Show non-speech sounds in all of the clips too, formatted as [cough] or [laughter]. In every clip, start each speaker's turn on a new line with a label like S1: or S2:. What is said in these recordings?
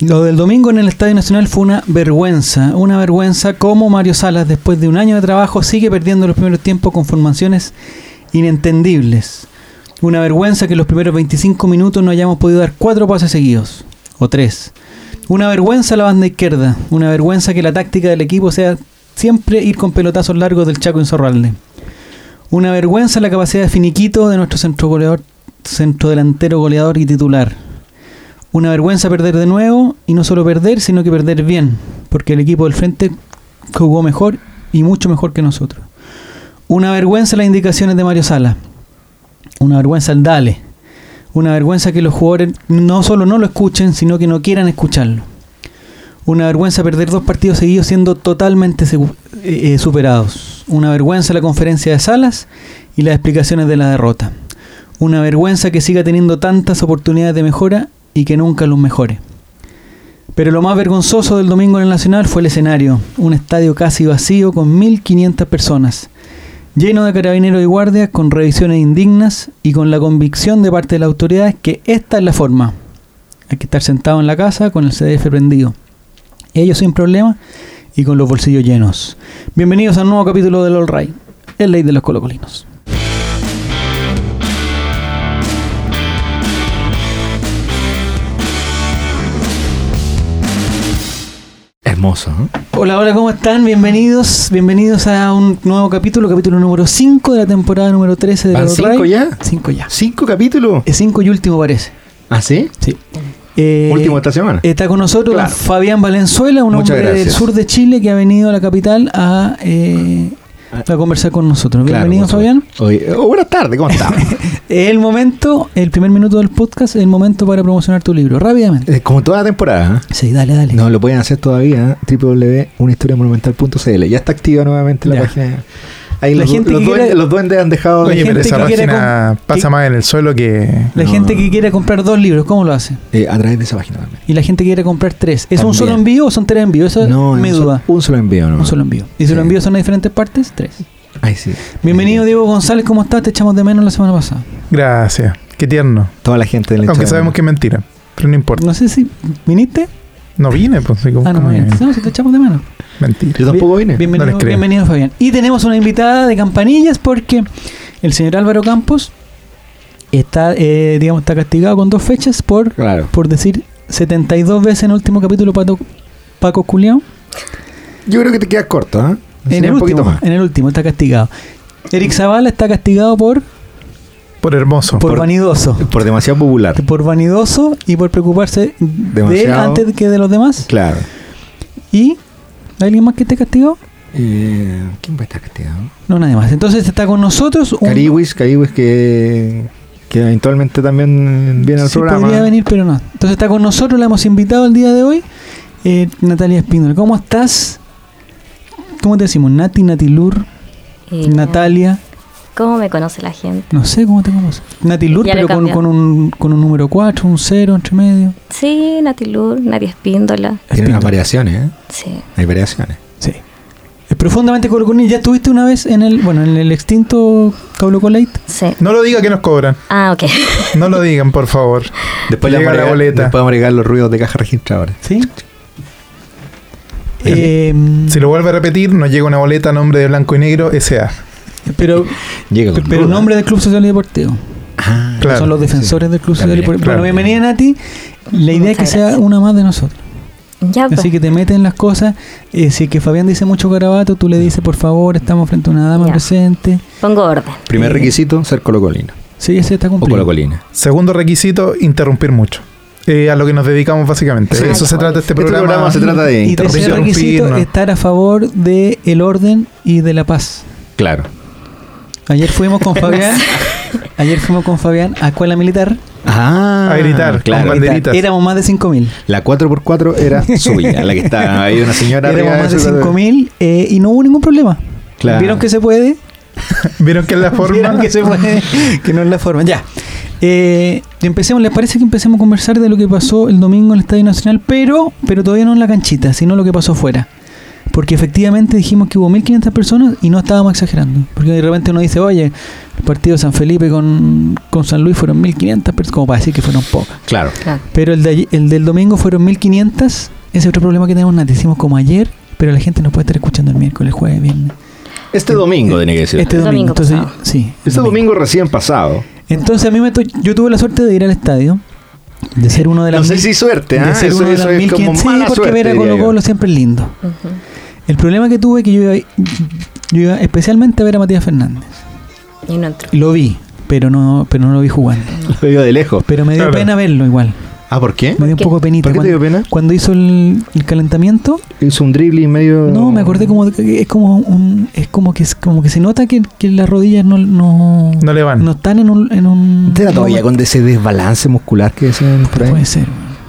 S1: Lo del domingo en el Estadio Nacional fue una vergüenza, una vergüenza como Mario Salas, después de un año de trabajo, sigue perdiendo los primeros tiempos con formaciones inentendibles. Una vergüenza que en los primeros 25 minutos no hayamos podido dar cuatro pases seguidos, o tres. Una vergüenza la banda izquierda, una vergüenza que la táctica del equipo sea siempre ir con pelotazos largos del Chaco Insorralde. Una vergüenza la capacidad de finiquito de nuestro centro goleador, centrodelantero goleador y titular. Una vergüenza perder de nuevo, y no solo perder, sino que perder bien, porque el equipo del frente jugó mejor y mucho mejor que nosotros. Una vergüenza las indicaciones de Mario Sala. Una vergüenza el Dale. Una vergüenza que los jugadores no solo no lo escuchen, sino que no quieran escucharlo. Una vergüenza perder dos partidos seguidos siendo totalmente eh, superados. Una vergüenza la conferencia de Salas y las explicaciones de la derrota. Una vergüenza que siga teniendo tantas oportunidades de mejora y que nunca los mejore. Pero lo más vergonzoso del domingo en el Nacional fue el escenario, un estadio casi vacío con 1.500 personas, lleno de carabineros y guardias con revisiones indignas y con la convicción de parte de las autoridades que esta es la forma. Hay que estar sentado en la casa con el CDF prendido ellos sin problema y con los bolsillos llenos. Bienvenidos a un nuevo capítulo del All Ray, el ley de los colocolinos.
S2: Hermoso. ¿eh?
S1: Hola, hola, ¿cómo están? Bienvenidos, bienvenidos a un nuevo capítulo, capítulo número 5 de la temporada número 13 del
S2: ¿Van
S1: All
S2: cinco
S1: Ray.
S2: ya?
S1: 5 ya.
S2: ¿Cinco capítulos?
S1: Es 5 y último parece.
S2: ¿Ah, sí?
S1: Sí. Eh,
S2: Último esta semana.
S1: Está con nosotros
S2: Claro.
S1: Fabián Valenzuela, un
S2: Muchas
S1: hombre del
S2: gracias.
S1: sur de Chile que ha venido a la capital a, eh, a conversar con nosotros.
S2: Claro,
S1: Bienvenido,
S2: por
S1: Fabián.
S2: supuesto. Oye, oh, buenas tardes, ¿cómo
S1: [laughs]
S2: estás?
S1: El momento, el primer minuto del podcast, el momento para promocionar tu libro, rápidamente.
S2: Eh, Como toda la temporada. ¿eh?
S1: Sí, dale, dale.
S2: No lo pueden hacer todavía. ¿eh? www.unhistoriamonumental.cl. Ya está activa nuevamente la
S1: Ya.
S2: página. Ahí
S1: La
S2: los, du-
S1: gente
S2: los
S1: que
S2: duendes,
S1: quiera-
S2: los duendes han dejado.
S1: La
S3: Oye, pero
S1: gente
S3: esa
S1: que quiere
S3: página
S1: com-
S3: pasa
S1: que-
S3: más en el suelo que.
S1: la
S2: no.
S1: gente que quiera comprar dos libros, ¿cómo lo hace?
S2: Eh, a través de esa página también.
S1: Y la gente que quiera comprar tres. ¿Es un
S2: También.
S1: solo envío o son tres envíos? Esa es mi
S2: un solo-
S1: duda.
S2: un solo envío, ¿no?
S1: Un solo envío. ¿Y si
S2: Sí.
S1: los envíos son a diferentes partes? Tres.
S2: Ay, sí. Eh,
S1: Bienvenido, Diego González, ¿cómo estás? Te echamos de menos la semana pasada.
S3: Gracias. Qué tierno.
S2: Toda la gente del
S3: Aunque sabemos que es mentira. Pero no importa.
S1: No sé si viniste.
S3: No vine, pues. así como-
S1: Ah, no, no
S3: como-
S1: viniste. No, si te echamos de menos.
S3: Mentira.
S2: Yo tampoco vine.
S1: Bienvenido,
S3: No les creo.
S1: bienvenido, Fabián. Y tenemos una invitada de campanillas porque el señor Álvaro Campos está, eh, digamos, está castigado con dos fechas por,
S2: Claro.
S1: por decir 72 veces en el último capítulo Pato- Paco Culeao.
S2: Yo creo que te quedas corto, ¿eh?
S1: ¿ah? En
S2: Sería
S1: el
S2: un poquito
S1: último,
S2: más.
S1: en el último está castigado. Eric Zavala está castigado por,
S3: Por hermoso.
S1: por
S2: por-
S1: vanidoso.
S2: Por demasiado popular.
S1: Por vanidoso y por preocuparse de él
S2: Demasiado.
S1: antes que de los demás.
S2: Claro.
S1: ¿Y alguien más que te castigó?
S2: Eh, ¿Quién va a estar castigado?
S1: No, nadie más. Entonces está con nosotros un,
S2: Cariwis, Cariwis que, que eventualmente también viene al
S1: Sí,
S2: programa.
S1: podría venir, pero no. Entonces está con nosotros, la hemos invitado el día de hoy, eh, Natalia Espíndola. ¿Cómo estás? ¿Cómo te decimos? Nati, Natilur,
S4: Eh,
S1: Natalia,
S4: ¿Cómo me conoce la gente?
S1: no sé cómo te conoces. Natilur,
S4: Ya lo
S1: pero con,
S4: cambió.
S1: con un, con un número 4, un 0 entre medio.
S4: Sí, Nati Lur, Nati Espíndola.
S2: Tiene
S1: Espíndola.
S2: unas variaciones, ¿eh?
S4: Sí.
S2: Hay variaciones.
S1: Sí. Es profundamente colocolín. ¿Ya estuviste una vez en el, bueno, en el extinto Caulocolate?
S4: Sí.
S3: No lo diga que nos cobran.
S4: Ah, ok. [laughs]
S3: No lo digan, por favor.
S2: Después
S3: Llega
S2: vamos a
S3: la
S2: agregar-
S3: boleta.
S2: Después vamos a agregar los ruidos de caja registradora.
S1: ¿Sí?
S3: Sí.
S1: Eh,
S3: Si lo vuelve a repetir, nos llega una boleta a nombre de Blanco y Negro S.A.
S1: pero,
S2: Llega con
S1: pero
S2: duda.
S1: nombre del Club Social y Deportivo.
S2: Ah,
S3: Claro.
S1: son los defensores del Club
S2: Claro,
S1: Social
S2: ya,
S1: y Deportivo.
S3: claro.
S1: Bueno, bienvenida Nati. La idea es que
S4: Muchas
S1: sea
S4: gracias.
S1: una más de nosotros.
S4: Ya, pues.
S1: Así que te meten las cosas. Eh, si es que Fabián dice mucho garabato, tú le dices, por favor, estamos frente a una dama
S4: Ya.
S1: presente.
S4: Pongo orden.
S2: Primer requisito, ser colocolino.
S1: Sí, ese está
S2: O
S1: cumplido.
S2: colocolina.
S3: Segundo requisito, interrumpir mucho. Eh, a lo que nos dedicamos básicamente.
S2: Sí.
S3: Eso se trata este
S2: Este
S3: programa.
S2: programa se trata de
S1: y tercer
S2: interrupción.
S3: interrumpir,
S1: requisito,
S3: ¿no?
S1: estar a favor del orden y de la paz.
S2: Claro.
S1: Ayer fuimos con Fabián, ayer fuimos con Fabián a escuela militar.
S2: Ah,
S3: A gritar, con
S2: Claro.
S3: bandera. Banderitas.
S1: Éramos más de 5.000.
S2: La 4x4 [laughs] era suya, la que está ahí una señora.
S1: Éramos
S2: arriba
S1: más de
S2: su-
S1: 5.000 eh, y no hubo ningún problema.
S2: Claro.
S1: Vieron que se puede,
S3: [laughs]
S2: [laughs]
S3: ¿Vieron que es la forma?
S1: Vieron que se puede, que no es la forma. Ya. Eh, empecemos, ¿les parece que empecemos a conversar de lo que pasó el domingo en el Estadio Nacional? Pero, pero todavía no en la canchita, sino lo que pasó fuera. Porque efectivamente dijimos que hubo 1.500 personas y no estábamos exagerando. Porque de repente uno dice, oye, el partido de San Felipe con, con San Luis fueron 1.500 personas, como para decir que fueron pocas.
S5: Claro.
S4: Claro.
S1: Pero el, de allí- el del domingo fueron 1.500. Ese es otro problema que tenemos, Nati. Hicimos como ayer, pero la gente nos puede estar escuchando el miércoles, jueves, viernes.
S5: Este domingo tenía que ser.
S1: Este
S5: Este,
S1: domingo.
S4: Domingo
S1: Entonces,
S4: pasado.
S1: sí.
S2: Este
S1: el
S5: domingo recién pasado.
S1: Entonces a mí me to- yo tuve la suerte de ir al estadio, de ser uno de las
S5: No sé
S1: mil-
S5: si suerte, ¿ah?
S1: de ser
S5: Eso,
S1: uno de
S5: eso
S1: las
S5: es
S1: 1500.
S5: como
S1: Sí,
S5: mala
S1: porque
S5: suerte.
S1: ver a
S5: diría
S1: Colo
S5: yo.
S1: Colo siempre es lindo.
S4: Ujú.
S1: El problema que tuve es que yo iba, yo iba especialmente a ver a Matías Fernández.
S4: Y no entró.
S1: Lo vi, pero no, pero no lo vi jugando.
S5: Lo veo de lejos.
S1: Pero me dio
S3: Claro.
S1: pena verlo igual.
S5: Ah, ¿por qué?
S1: Me dio un
S4: qué?
S1: poco penita.
S5: ¿Por qué te dio
S1: Cuando,
S5: pena?
S1: cuando hizo el, el calentamiento,
S2: Hizo un dribbling medio.
S1: no, me acordé como de que es como un, es como que es como que se nota que, que las rodillas no, no,
S3: No le van.
S1: no están en un, en un
S2: ¿Será todavía
S1: momento.
S2: con ese desbalance muscular que decían por ahí?
S1: puede ser.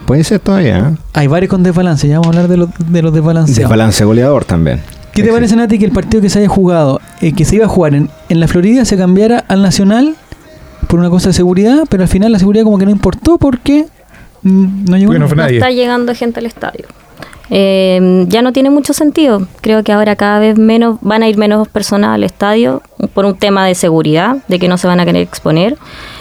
S2: Puede ser todavía. ¿eh?
S1: Hay varios con desbalance, ya vamos a hablar de los, de los desbalanceados.
S2: Desbalance goleador también.
S1: ¿Qué te
S2: Excelente.
S1: parece, Nati, que el partido que se haya jugado, eh, que se iba a jugar en, en la Florida, se cambiara al Nacional por una cosa de seguridad, pero al final la seguridad como que no importó porque mm, no llegó
S3: Porque
S1: nadie.
S3: no fue
S4: No
S3: nadie.
S4: está llegando gente al estadio. Eh, ya no tiene mucho sentido. Creo que ahora cada vez menos van a ir menos personas al estadio por un tema de seguridad, de que no se van a querer exponer.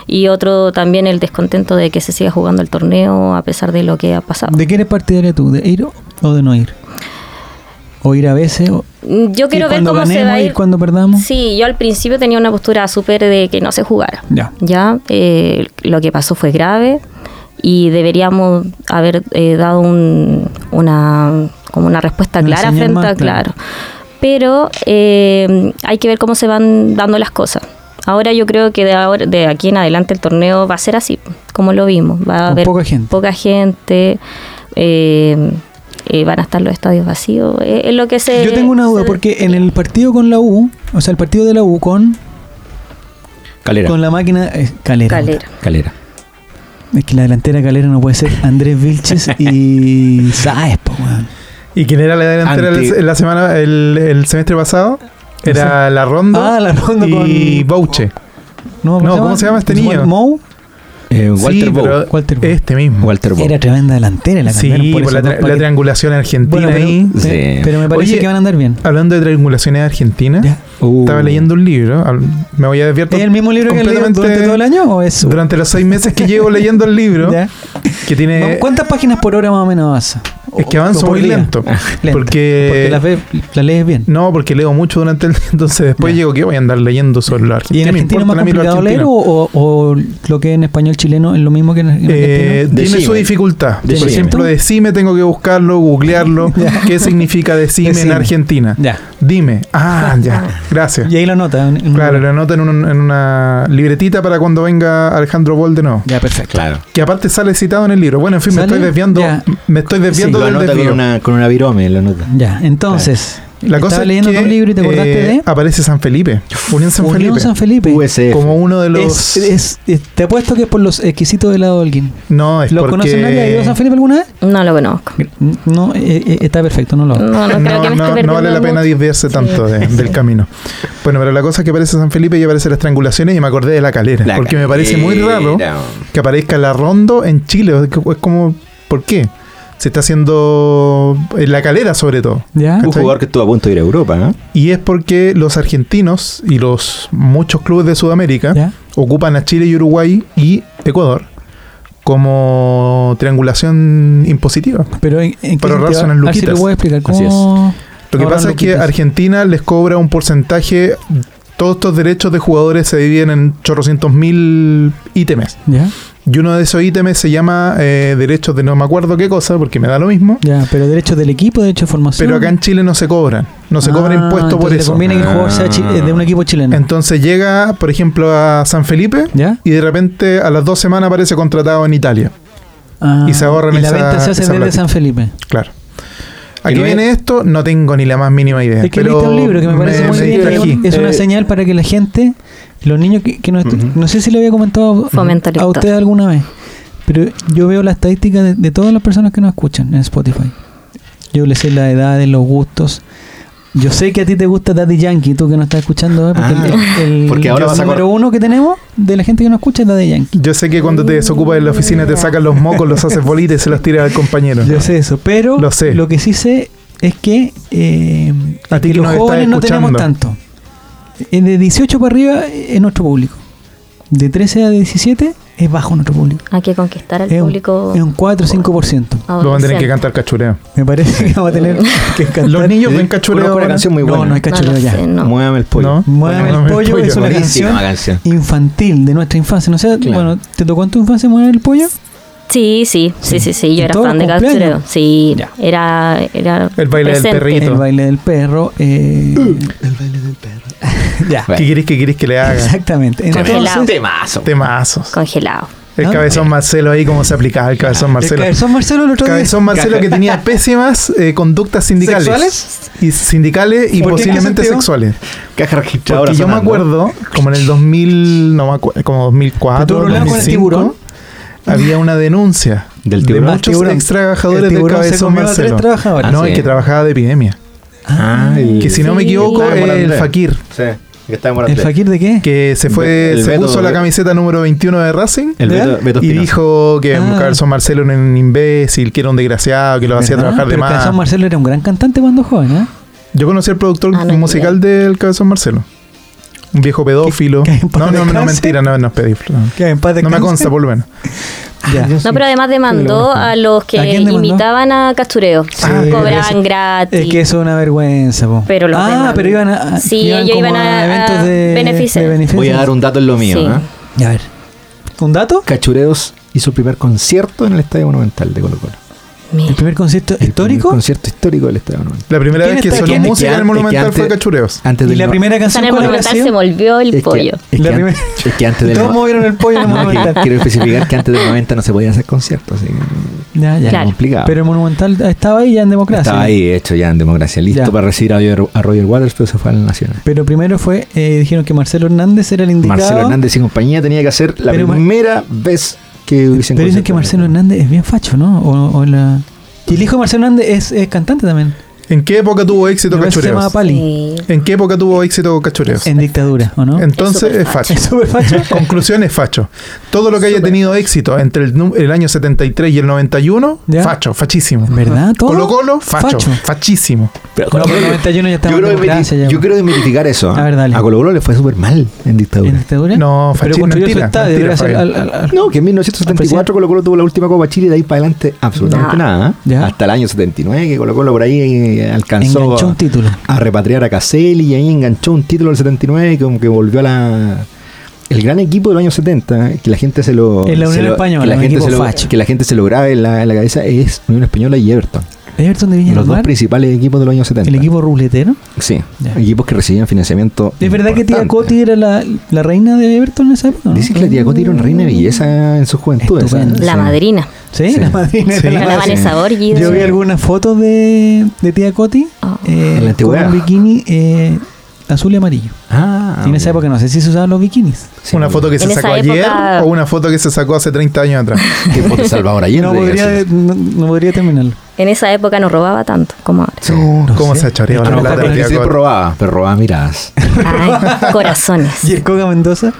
S4: Y otro también el descontento de que se siga jugando el torneo a pesar de lo que ha pasado.
S1: ¿De qué eres partidaria tú? ¿De ir o de no ir? ¿O ir a veces? O,
S4: Mm, Yo quiero
S1: ir
S4: ver
S1: cuando
S4: cómo se
S1: ganemos,
S4: va a
S1: ir
S4: ir.
S1: cuando perdamos?
S4: Sí, yo al principio tenía una postura súper de que no se jugara.
S1: Ya.
S4: Ya, eh, lo que pasó fue grave y deberíamos haber eh, dado un- una, como una respuesta
S1: Una
S4: clara
S1: señal
S4: frente
S1: más,
S4: a
S1: claro.
S4: claro. Pero eh, hay que ver cómo se van dando las cosas. Ahora yo creo que de, ahora, de aquí en adelante el torneo va a ser así, como lo vimos. Va a
S1: Con
S4: haber
S1: poca gente.
S4: poca gente, eh, eh, van a estar los estadios vacíos. eh, es lo que se.
S1: Yo tengo una duda,
S4: se-
S1: porque en el partido con la U, o sea, el partido de la U con,
S5: Calera.
S1: con la máquina... eh, calera.
S4: Calera.
S5: Calera.
S1: Es que la delantera calera no puede ser Andrés Vilches y Saez, po, weón.
S3: ¿Y quién era la delantera
S5: Anti-
S3: el- la semana, el, el semestre pasado? Era la ronda
S1: Ah, la ronda
S3: y
S1: con...
S3: Bouche. No, ¿cómo se llama este
S1: Juan
S3: niño?
S1: Pues, Mou.
S5: Eh, Walter
S3: Sí,
S5: Bow.
S3: pero
S1: Walter Bow.
S3: Este mismo.
S5: Walter Bow.
S1: Era tremenda delantera la
S3: sí,
S1: cambiaron
S3: por
S1: esos
S3: la,
S1: dos
S3: tra- la
S1: paquetes.
S3: triangulación argentina
S1: Bueno, pero,
S3: ahí.
S1: sí,
S5: Sí.
S1: pero me parece
S3: Oye,
S1: que van a andar bien.
S3: Hablando de triangulaciones argentinas,
S1: Ya.
S5: Uh.
S3: estaba leyendo un libro. al- Me voy a desviar
S1: ¿Es el mismo libro que leído
S3: completamente-
S1: durante todo el año o es
S3: durante los seis meses que llevo leyendo el libro.
S1: Ya.
S3: Que tiene.
S1: Vamos, ¿Cuántas páginas por hora más o menos avanza?
S3: Es que
S1: O- o
S3: avanzo
S1: por
S3: muy
S1: día.
S3: lento.
S1: Lento,
S3: Porque-
S1: porque las ve- las lees bien.
S3: No, porque leo mucho durante el. Entonces después
S1: Ya.
S3: llego que voy a andar leyendo sobre la Argentina.
S1: ¿Y en
S3: Me
S1: Argentina es más
S3: importan a mí los
S1: complicado leer o,
S3: argentinos.
S1: o- o lo que en español chileno es lo mismo que en, en
S3: Eh,
S1: argentino?
S5: Decime.
S3: tiene su dificultad. Por
S5: Decime.
S3: ejemplo, decime, tengo que
S1: [laughs]
S3: buscarlo, googlearlo. ¿Qué significa decime, en
S1: Decime.
S3: Argentina?
S1: Ya.
S3: Dime. Ah,
S1: [laughs]
S3: ya. Gracias.
S1: Y ahí lo nota. en- en-
S3: Claro, lo anota en, un- en una libretita para cuando venga Alejandro Bol de nuevo.
S1: Ya, perfecto.
S5: Claro.
S3: Que aparte sale citado en el libro. Bueno, en fin, me
S1: ¿Sale?
S3: estoy desviando.
S1: Ya.
S3: Me estoy desviando
S5: lo
S3: del
S5: anota
S3: desvío.
S5: con una, con una virome, lo anota.
S1: Ya, entonces.
S3: La
S1: estaba
S3: cosa es
S1: leyendo
S3: que,
S1: tu libro y te acordaste
S3: eh,
S1: de.
S3: aparece San Felipe. Unión San
S1: Unión
S3: Felipe.
S1: San Felipe.
S5: USF.
S3: Como uno de
S1: Es-
S3: los.
S1: es- es- te apuesto que es por los exquisitos de la Dolgin.
S3: no, es
S1: ¿Lo
S3: porque.
S1: conoce nadie? ¿Ha ido a San Felipe alguna vez?
S4: No lo conozco.
S1: No, eh, eh, está perfecto, no lo hago.
S4: No, no creo
S3: no,
S4: que me
S3: no-
S4: esté
S3: no vale la
S4: perdiendo
S3: pena
S4: mucho.
S3: desviarse
S4: Sí.
S3: tanto de- del camino. Bueno, pero la cosa es que aparece San Felipe y aparece las triangulaciones y me acordé de la calera.
S5: La
S3: porque me parece muy raro
S5: calera.
S3: que aparezca la rondo en Chile. Es que- es como, ¿por qué? Se está haciendo en la calera sobre todo.
S1: ¿Ya?
S5: Un
S3: ¿Cachai?
S5: jugador que estuvo a punto de ir a Europa, ¿eh? ¿no?
S3: Y es porque los argentinos y los muchos clubes de Sudamérica
S1: ¿Ya?
S3: ocupan a Chile y Uruguay y Ecuador como triangulación impositiva.
S1: Pero en, en qué
S3: Pero
S1: sentido?
S3: razonan
S1: A ver si
S3: luquitas.
S1: lo voy a explicar.
S5: Así
S1: ¿Cómo?
S3: Lo que
S1: Ahora
S3: pasa
S1: lo
S3: es
S1: que
S3: que
S1: te-
S3: Argentina les cobra un porcentaje. Todos estos derechos de jugadores se dividen en chorrocientos mil ítems.
S1: ¿Ya?
S3: Y uno de esos ítems se llama eh, derechos de no me acuerdo qué cosa, porque me da lo mismo.
S1: Ya, pero derechos del equipo, derechos de formación.
S3: Pero acá en Chile no se cobran. No se cobra impuesto por
S1: Ah, Le
S3: eso.
S1: conviene que el jugador sea chi- de un equipo chileno.
S3: Entonces llega, por ejemplo, a San Felipe
S1: ¿Ya?
S3: y de repente a las dos semanas aparece contratado en Italia.
S1: Ah,
S3: Y se ahorran
S1: Y la
S3: esa-
S1: venta se hace
S3: esa
S1: desde
S3: plata.
S1: San Felipe.
S3: Claro. ¿A
S5: Que
S3: qué
S5: no es-
S3: viene esto? No tengo ni la más mínima idea.
S1: Es que
S3: pero
S1: leíste un libro que me parece muy bien.
S3: distrají.
S1: que Es una
S5: Eh,
S1: señal para que la gente, los niños que, que no estu-
S5: Ujú.
S1: No sé si le había comentado
S4: Fomenta el
S1: a
S4: lector.
S1: usted alguna vez, pero yo veo la estadística de, de todas las personas que nos escuchan en Spotify. Yo le sé la edad, los gustos. Yo sé que a ti te gusta Daddy Yankee, tú que nos estás escuchando, ¿eh? porque
S5: Ah,
S1: el, el-
S5: porque ahora
S1: el
S5: vas a
S1: número
S5: cor-
S1: uno que tenemos de la gente que nos escucha es Daddy Yankee.
S3: Yo sé que cuando te desocupas en la oficina te sacan los mocos, los haces bolitas y se los tiras al compañero.
S1: Yo sé eso, pero
S3: Lo sé.
S1: lo que sí sé es que, eh,
S3: A ti
S1: que
S3: que
S1: los
S3: nos estás
S1: jóvenes no tenemos
S3: escuchando.
S1: tanto. Eh, De 18 para arriba eh, es nuestro público. De 13 a 17 es bajo nuestro público.
S4: Hay que conquistar al
S1: es, un-
S4: público. Ah.
S1: es un 4 o 5%.
S3: Lo van a tener que
S4: adolescente.
S3: cantar cachureo.
S1: Me parece que vamos a tener que cantar.
S3: Los niños
S5: Sí,
S3: ven cachureo.
S5: conozco una
S3: ahora.
S5: canción muy buena.
S1: No, no hay cachureo
S4: No lo
S1: ya.
S4: sé, no.
S5: Muévame el pollo.
S3: ¿No?
S1: Muéveme el
S3: Muéveme el
S1: pollo
S3: pollo.
S1: es una
S5: Buenísima
S1: canción
S5: canción.
S1: infantil de nuestra infancia. No sé,
S5: Claro.
S1: bueno, ¿te tocó en tu infancia mover el pollo?
S4: Sí, sí, sí, sí, sí.
S1: ¿En
S4: Yo era
S1: todos
S4: fan de
S1: los cumpleaños?
S4: Cachureo. Sí,
S1: Ya.
S4: era, era.
S3: El baile del
S4: presente.
S3: perrito.
S1: El baile del perro. eh, [laughs] ya.
S3: ¿Qué querés que querés que le haga?
S1: Exactamente.
S4: Congelado.
S1: Entonces,
S5: Temazo.
S3: Temazos.
S4: Congelado.
S3: El
S1: ¿No?
S3: cabezón Marcelo ahí, cómo se aplicaba el cabezón
S1: el
S3: Marcelo.
S1: cabezón Marcelo el otro día.
S3: Cabezón Marcelo
S1: [laughs]
S3: que tenía pésimas eh, conductas sindicales.
S1: ¿Sexuales?
S3: Y sindicales y
S1: ¿Por qué? ¿En qué
S3: posiblemente
S1: sentido?
S3: sexuales.
S5: Caja
S3: Porque
S5: registradora.
S3: yo me
S5: sonando.
S3: acuerdo, como en el 2000, no me acuerdo, como 2004,
S1: ¿Tuvo problema con el
S3: 2005,
S1: tiburón?
S3: Había una denuncia
S5: Del
S3: de
S5: tiburón.
S3: muchos
S1: Tiburón.
S3: ex trabajadores
S1: El
S3: del
S1: tiburón se
S3: cabezón
S1: comió a tres
S3: Marcelo.
S1: trabajadores.
S5: Ah,
S3: no, y
S5: sí.
S3: que trabajaba de epidemia.
S5: Ah, el-
S3: Que si no me
S4: Sí.
S3: equivoco,
S5: Ah,
S3: es
S5: Moratley.
S3: el Fakir,
S5: Sí, que está en
S1: ¿El
S5: Moratley.
S1: fakir de qué?
S3: que se fue,
S5: El
S3: se
S5: Beto-
S3: puso la camiseta número 21 de Racing.
S5: El
S1: ¿Ya?
S5: Beto, Beto
S3: y
S5: Espinosa.
S3: dijo que
S1: Ah.
S3: Cabezón Marcelo era un imbécil, que era un desgraciado, que lo hacía
S1: ¿Verdad?
S3: trabajar de
S1: Ah, Pero
S3: más.
S1: Cabezón Marcelo era un gran cantante cuando joven, ¿eh?
S3: Yo conocí al productor
S4: Ah, no,
S3: musical del Cabezón Marcelo. Un viejo pedófilo.
S1: Que- que en paz
S3: no, no, no,
S1: descanse.
S3: mentira, no, no es pedófilo. no.
S1: Que en paz
S3: No me
S1: descanse.
S3: consta, por lo menos. [laughs]
S1: Ya.
S4: No, pero además demandó a los que
S1: ¿A quién demandó?
S4: imitaban a Castureo. Ah,
S1: pero
S4: cobraban
S1: eso-
S4: gratis.
S1: Es que eso es una vergüenza, po.
S4: Pero los
S1: Ah,
S4: demandó.
S1: pero iban a.
S4: Sí,
S1: iban
S4: ellos
S1: como
S4: iban a-
S1: eventos
S4: a
S1: de
S4: beneficencia.
S1: de beneficencia.
S5: Voy a dar un dato en lo mío.
S4: Sí.
S5: ¿ah?
S1: A ver. ¿Un dato?
S5: Cachureos hizo el primer concierto en el Estadio Monumental de Colo Colo.
S1: El
S4: Mira,
S1: primer concierto
S5: El primer
S1: histórico.
S5: concierto histórico del Estadio Monumental.
S3: La primera
S1: ¿Quién
S3: vez que
S1: está-
S3: sonó
S1: quién-
S3: música
S5: que
S3: en el
S5: an-
S3: Monumental
S5: que antes-
S3: fue Cachureos.
S5: Antes
S1: Y
S5: del
S1: la
S5: no-
S1: primera
S4: o sea,
S1: canción
S4: en el
S1: cuál habrá
S4: Monumental se
S1: sido?
S4: volvió el
S5: es que-
S4: pollo.
S5: es que
S1: La
S5: an-
S1: primera-
S5: es que antes del
S1: Todos
S5: no-
S1: movieron el pollo en el
S5: [laughs] No, que-
S1: Monumental.
S5: quiero especificar que antes del 90 no se podían hacer conciertos, así que
S1: Ya, ya.
S5: era
S4: Claro.
S5: complicado.
S1: Pero el Monumental estaba ahí ya en democracia.
S5: Estaba ahí, de hecho, ya en democracia, listo
S1: Ya.
S5: para recibir a Roger, a Roger Waters, pero se fue al Nacional.
S1: Pero primero fue, eh, dijeron que Marcelo Hernández era el indicado.
S5: Marcelo Hernández y compañía tenía que hacer la
S1: Pero Mar-
S5: primera vez que hubiesen
S1: Pero dicen que Marcelo
S5: concierto.
S1: Hernández es bien facho, ¿no? O, o la... Y el hijo de Marcelo Hernández es, es cantante también.
S3: ¿En qué época tuvo éxito
S1: Me parece que se llama
S3: Cachureos?
S1: Pali.
S4: Sí.
S3: ¿En qué época tuvo éxito Cachureos?
S1: En dictadura, ¿o no?
S3: Entonces
S4: Es
S3: es facho.
S1: Es súper facho.
S3: Conclusión es facho. Todo lo que haya tenido éxito entre el, nu- el año 73 y el 91,
S1: Ya.
S3: facho, fachísimo.
S1: ¿Verdad? ¿Todo?
S3: Colo Colo, facho,
S1: Facho.
S3: fachísimo.
S5: [laughs] Pero
S1: No,
S5: Colo-
S1: pero el 91 ya estaba
S5: yo,
S1: en
S5: creo que
S1: democracia. ya.
S5: yo quiero desmitificar eso. ¿ah?
S1: A ver, dale.
S5: A Colo Colo le fue súper mal en dictadura.
S1: ¿En dictadura?
S3: No,
S1: Pero
S3: fachi-
S1: construyó su
S3: mentira,
S1: estadio.
S3: mentira,
S1: gracias
S3: Fabián.
S1: al- al- al-
S5: No, que en 1974 Colo Colo tuvo la última Copa Chile y de ahí para adelante absolutamente
S4: Nada.
S5: nada. ¿eh?
S1: Ya.
S5: Hasta el año 79 que Colo Colo por ahí eh, alcanzó
S1: Enganchó
S5: a,
S1: un título.
S5: a repatriar a Caselli y ahí enganchó un título en el 79 y como que volvió a la... El gran equipo del año 70, que la gente se lo...
S1: En la
S5: se
S1: Unión
S5: lo-
S1: Española,
S5: que la,
S1: un
S5: gente
S1: equipo
S5: se lo,
S1: facho.
S5: que la gente se lo grabe en la, en la cabeza, es Unión Española y Everton.
S1: Everton de Viña
S5: Los
S1: del
S5: dos
S1: Mar,
S5: principales equipos de los años 70.
S1: El equipo ruletero.
S5: Sí,
S1: Ya.
S5: equipos que recibían financiamiento.
S1: ¿Es verdad que tía
S5: importante.
S1: Coti era la, la reina de Everton en esa época? no?
S5: Dicen que la tía Coti era una reina de belleza en su juventud. esa-
S1: Estupendo.
S4: La
S5: sí.
S4: madrina.
S1: Sí,
S5: Sí.
S1: la madrina
S3: Sí.
S1: de
S4: Era
S1: la
S4: la Vanessa Borghi.
S1: Yo vi algunas fotos de, de tía Coti
S4: Ah.
S1: eh,
S5: En la
S1: con
S5: antigüedad.
S1: un bikini eh, azul y amarillo.
S5: Ah,
S1: y en esa
S5: ok.
S1: época no sé si se usaban los bikinis.
S5: Sí.
S3: una
S5: [laughs]
S3: foto que se
S4: En
S3: sacó
S4: esa
S3: ayer
S4: época-
S3: o una foto que se sacó hace 30 años atrás.
S5: Qué foto de Salvador Allende.
S1: No podría,
S5: digamos.
S1: no, no podría terminarlo.
S4: En esa época no robaba tanto
S1: [laughs]
S4: como ahora.
S1: No
S3: Uh, ¿Cómo
S1: sé.
S3: se ha choreado
S5: A lo
S1: Pero
S5: mejor
S3: la plata?
S1: ojalá
S5: porque
S3: tía
S5: siempre
S3: Coti?
S5: robaba, pero robaba miradas.
S4: Ay, corazones.
S1: Y el Coca Mendoza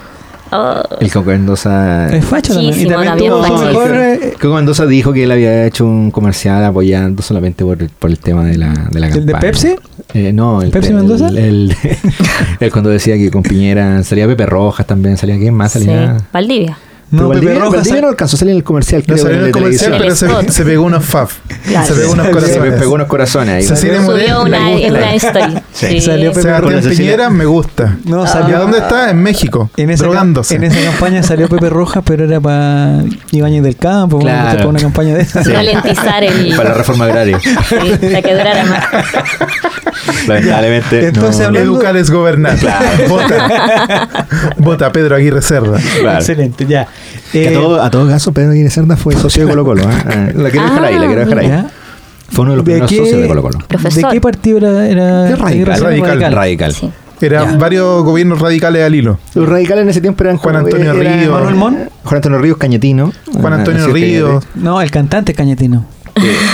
S4: Oh,
S5: El Coco Mendoza.
S1: es facho también. Y
S4: Muchísimo,
S1: también
S4: también
S1: tuvo su
S4: fachísimo.
S1: mejor, eh,
S5: Coco Mendoza dijo que él había hecho un comercial apoyando solamente por, por el tema de la, de la
S1: ¿El de
S5: campaña.
S1: Pepsi?
S5: Eh, no, el
S1: ¿Pepsi
S5: el-
S1: Mendoza?
S5: El, el- [laughs] el cuando decía que con Piñera salía Pepe Rojas también, salía quién más,
S4: sí.
S5: salía.
S4: Valdivia.
S1: No,
S5: Pero
S1: Pepe
S5: Valdivia-
S1: Rojas.
S5: Valdivia no alcanzó a salir en el comercial,
S3: No
S5: creo,
S3: salió en
S5: de
S3: el comercial,
S5: televisión.
S3: pero se,
S4: Spot.
S3: se pegó unos fab.
S4: Claro.
S3: Se pegó unos
S1: Se
S5: Se
S3: corazones.
S5: me pegó unos corazones ahí.
S3: Cecilia
S4: Subió
S3: Morel,
S4: una,
S3: me gusta.
S4: una historia.
S5: Sí.
S4: Sí.
S1: Salió Pepe
S3: Sebastián
S5: Rojas.
S3: Piñera, me gusta.
S1: No,
S3: ¿Y a
S1: salió.
S3: dónde está? En México.
S1: En esa,
S3: drogándose.
S1: en esa campaña salió Pepe Rojas, pero era para Ibañez del Campo, bueno,
S5: Claro.
S1: para una campaña de [laughs] esas.
S5: Sí.
S4: Ralentizar
S5: [laughs]
S4: el.
S5: Para la reforma
S3: [laughs]
S5: agraria.
S4: Sí, para que durara más.
S5: Lamentablemente.
S1: Entonces
S5: no-
S1: hablando-
S3: Educar es gobernar. Vota.
S1: [laughs]
S3: Vota Pedro Aguirre Cerda.
S5: Claro.
S1: Excelente, ya.
S5: Que a,
S1: Eh,
S5: todo, a todo caso, Pedro Aguirre Cerda fue socio de Colo Colo. La quiero dejar ahí, la quiero dejar ahí.
S1: ya.
S5: Fue uno de los
S1: ¿De
S5: primeros
S1: qué, Ah,
S5: socios de Colo Colo.
S1: ¿De
S4: Profesor.
S1: qué partido era? era
S5: Es radical,
S1: Aguirre Cerda?
S3: radical,
S5: Radical.
S4: Sí.
S3: Era
S1: Ya.
S3: varios gobiernos radicales al hilo.
S5: Los radicales en ese tiempo eran
S3: Juan
S5: como-
S3: Antonio
S5: era-
S3: Ríos.
S1: ¿Manuel Montt?
S5: Juan Antonio Ríos Cañetino.
S3: Juan
S5: Ah,
S3: Antonio
S5: nació
S3: Ríos.
S1: No, el cantante cañetino.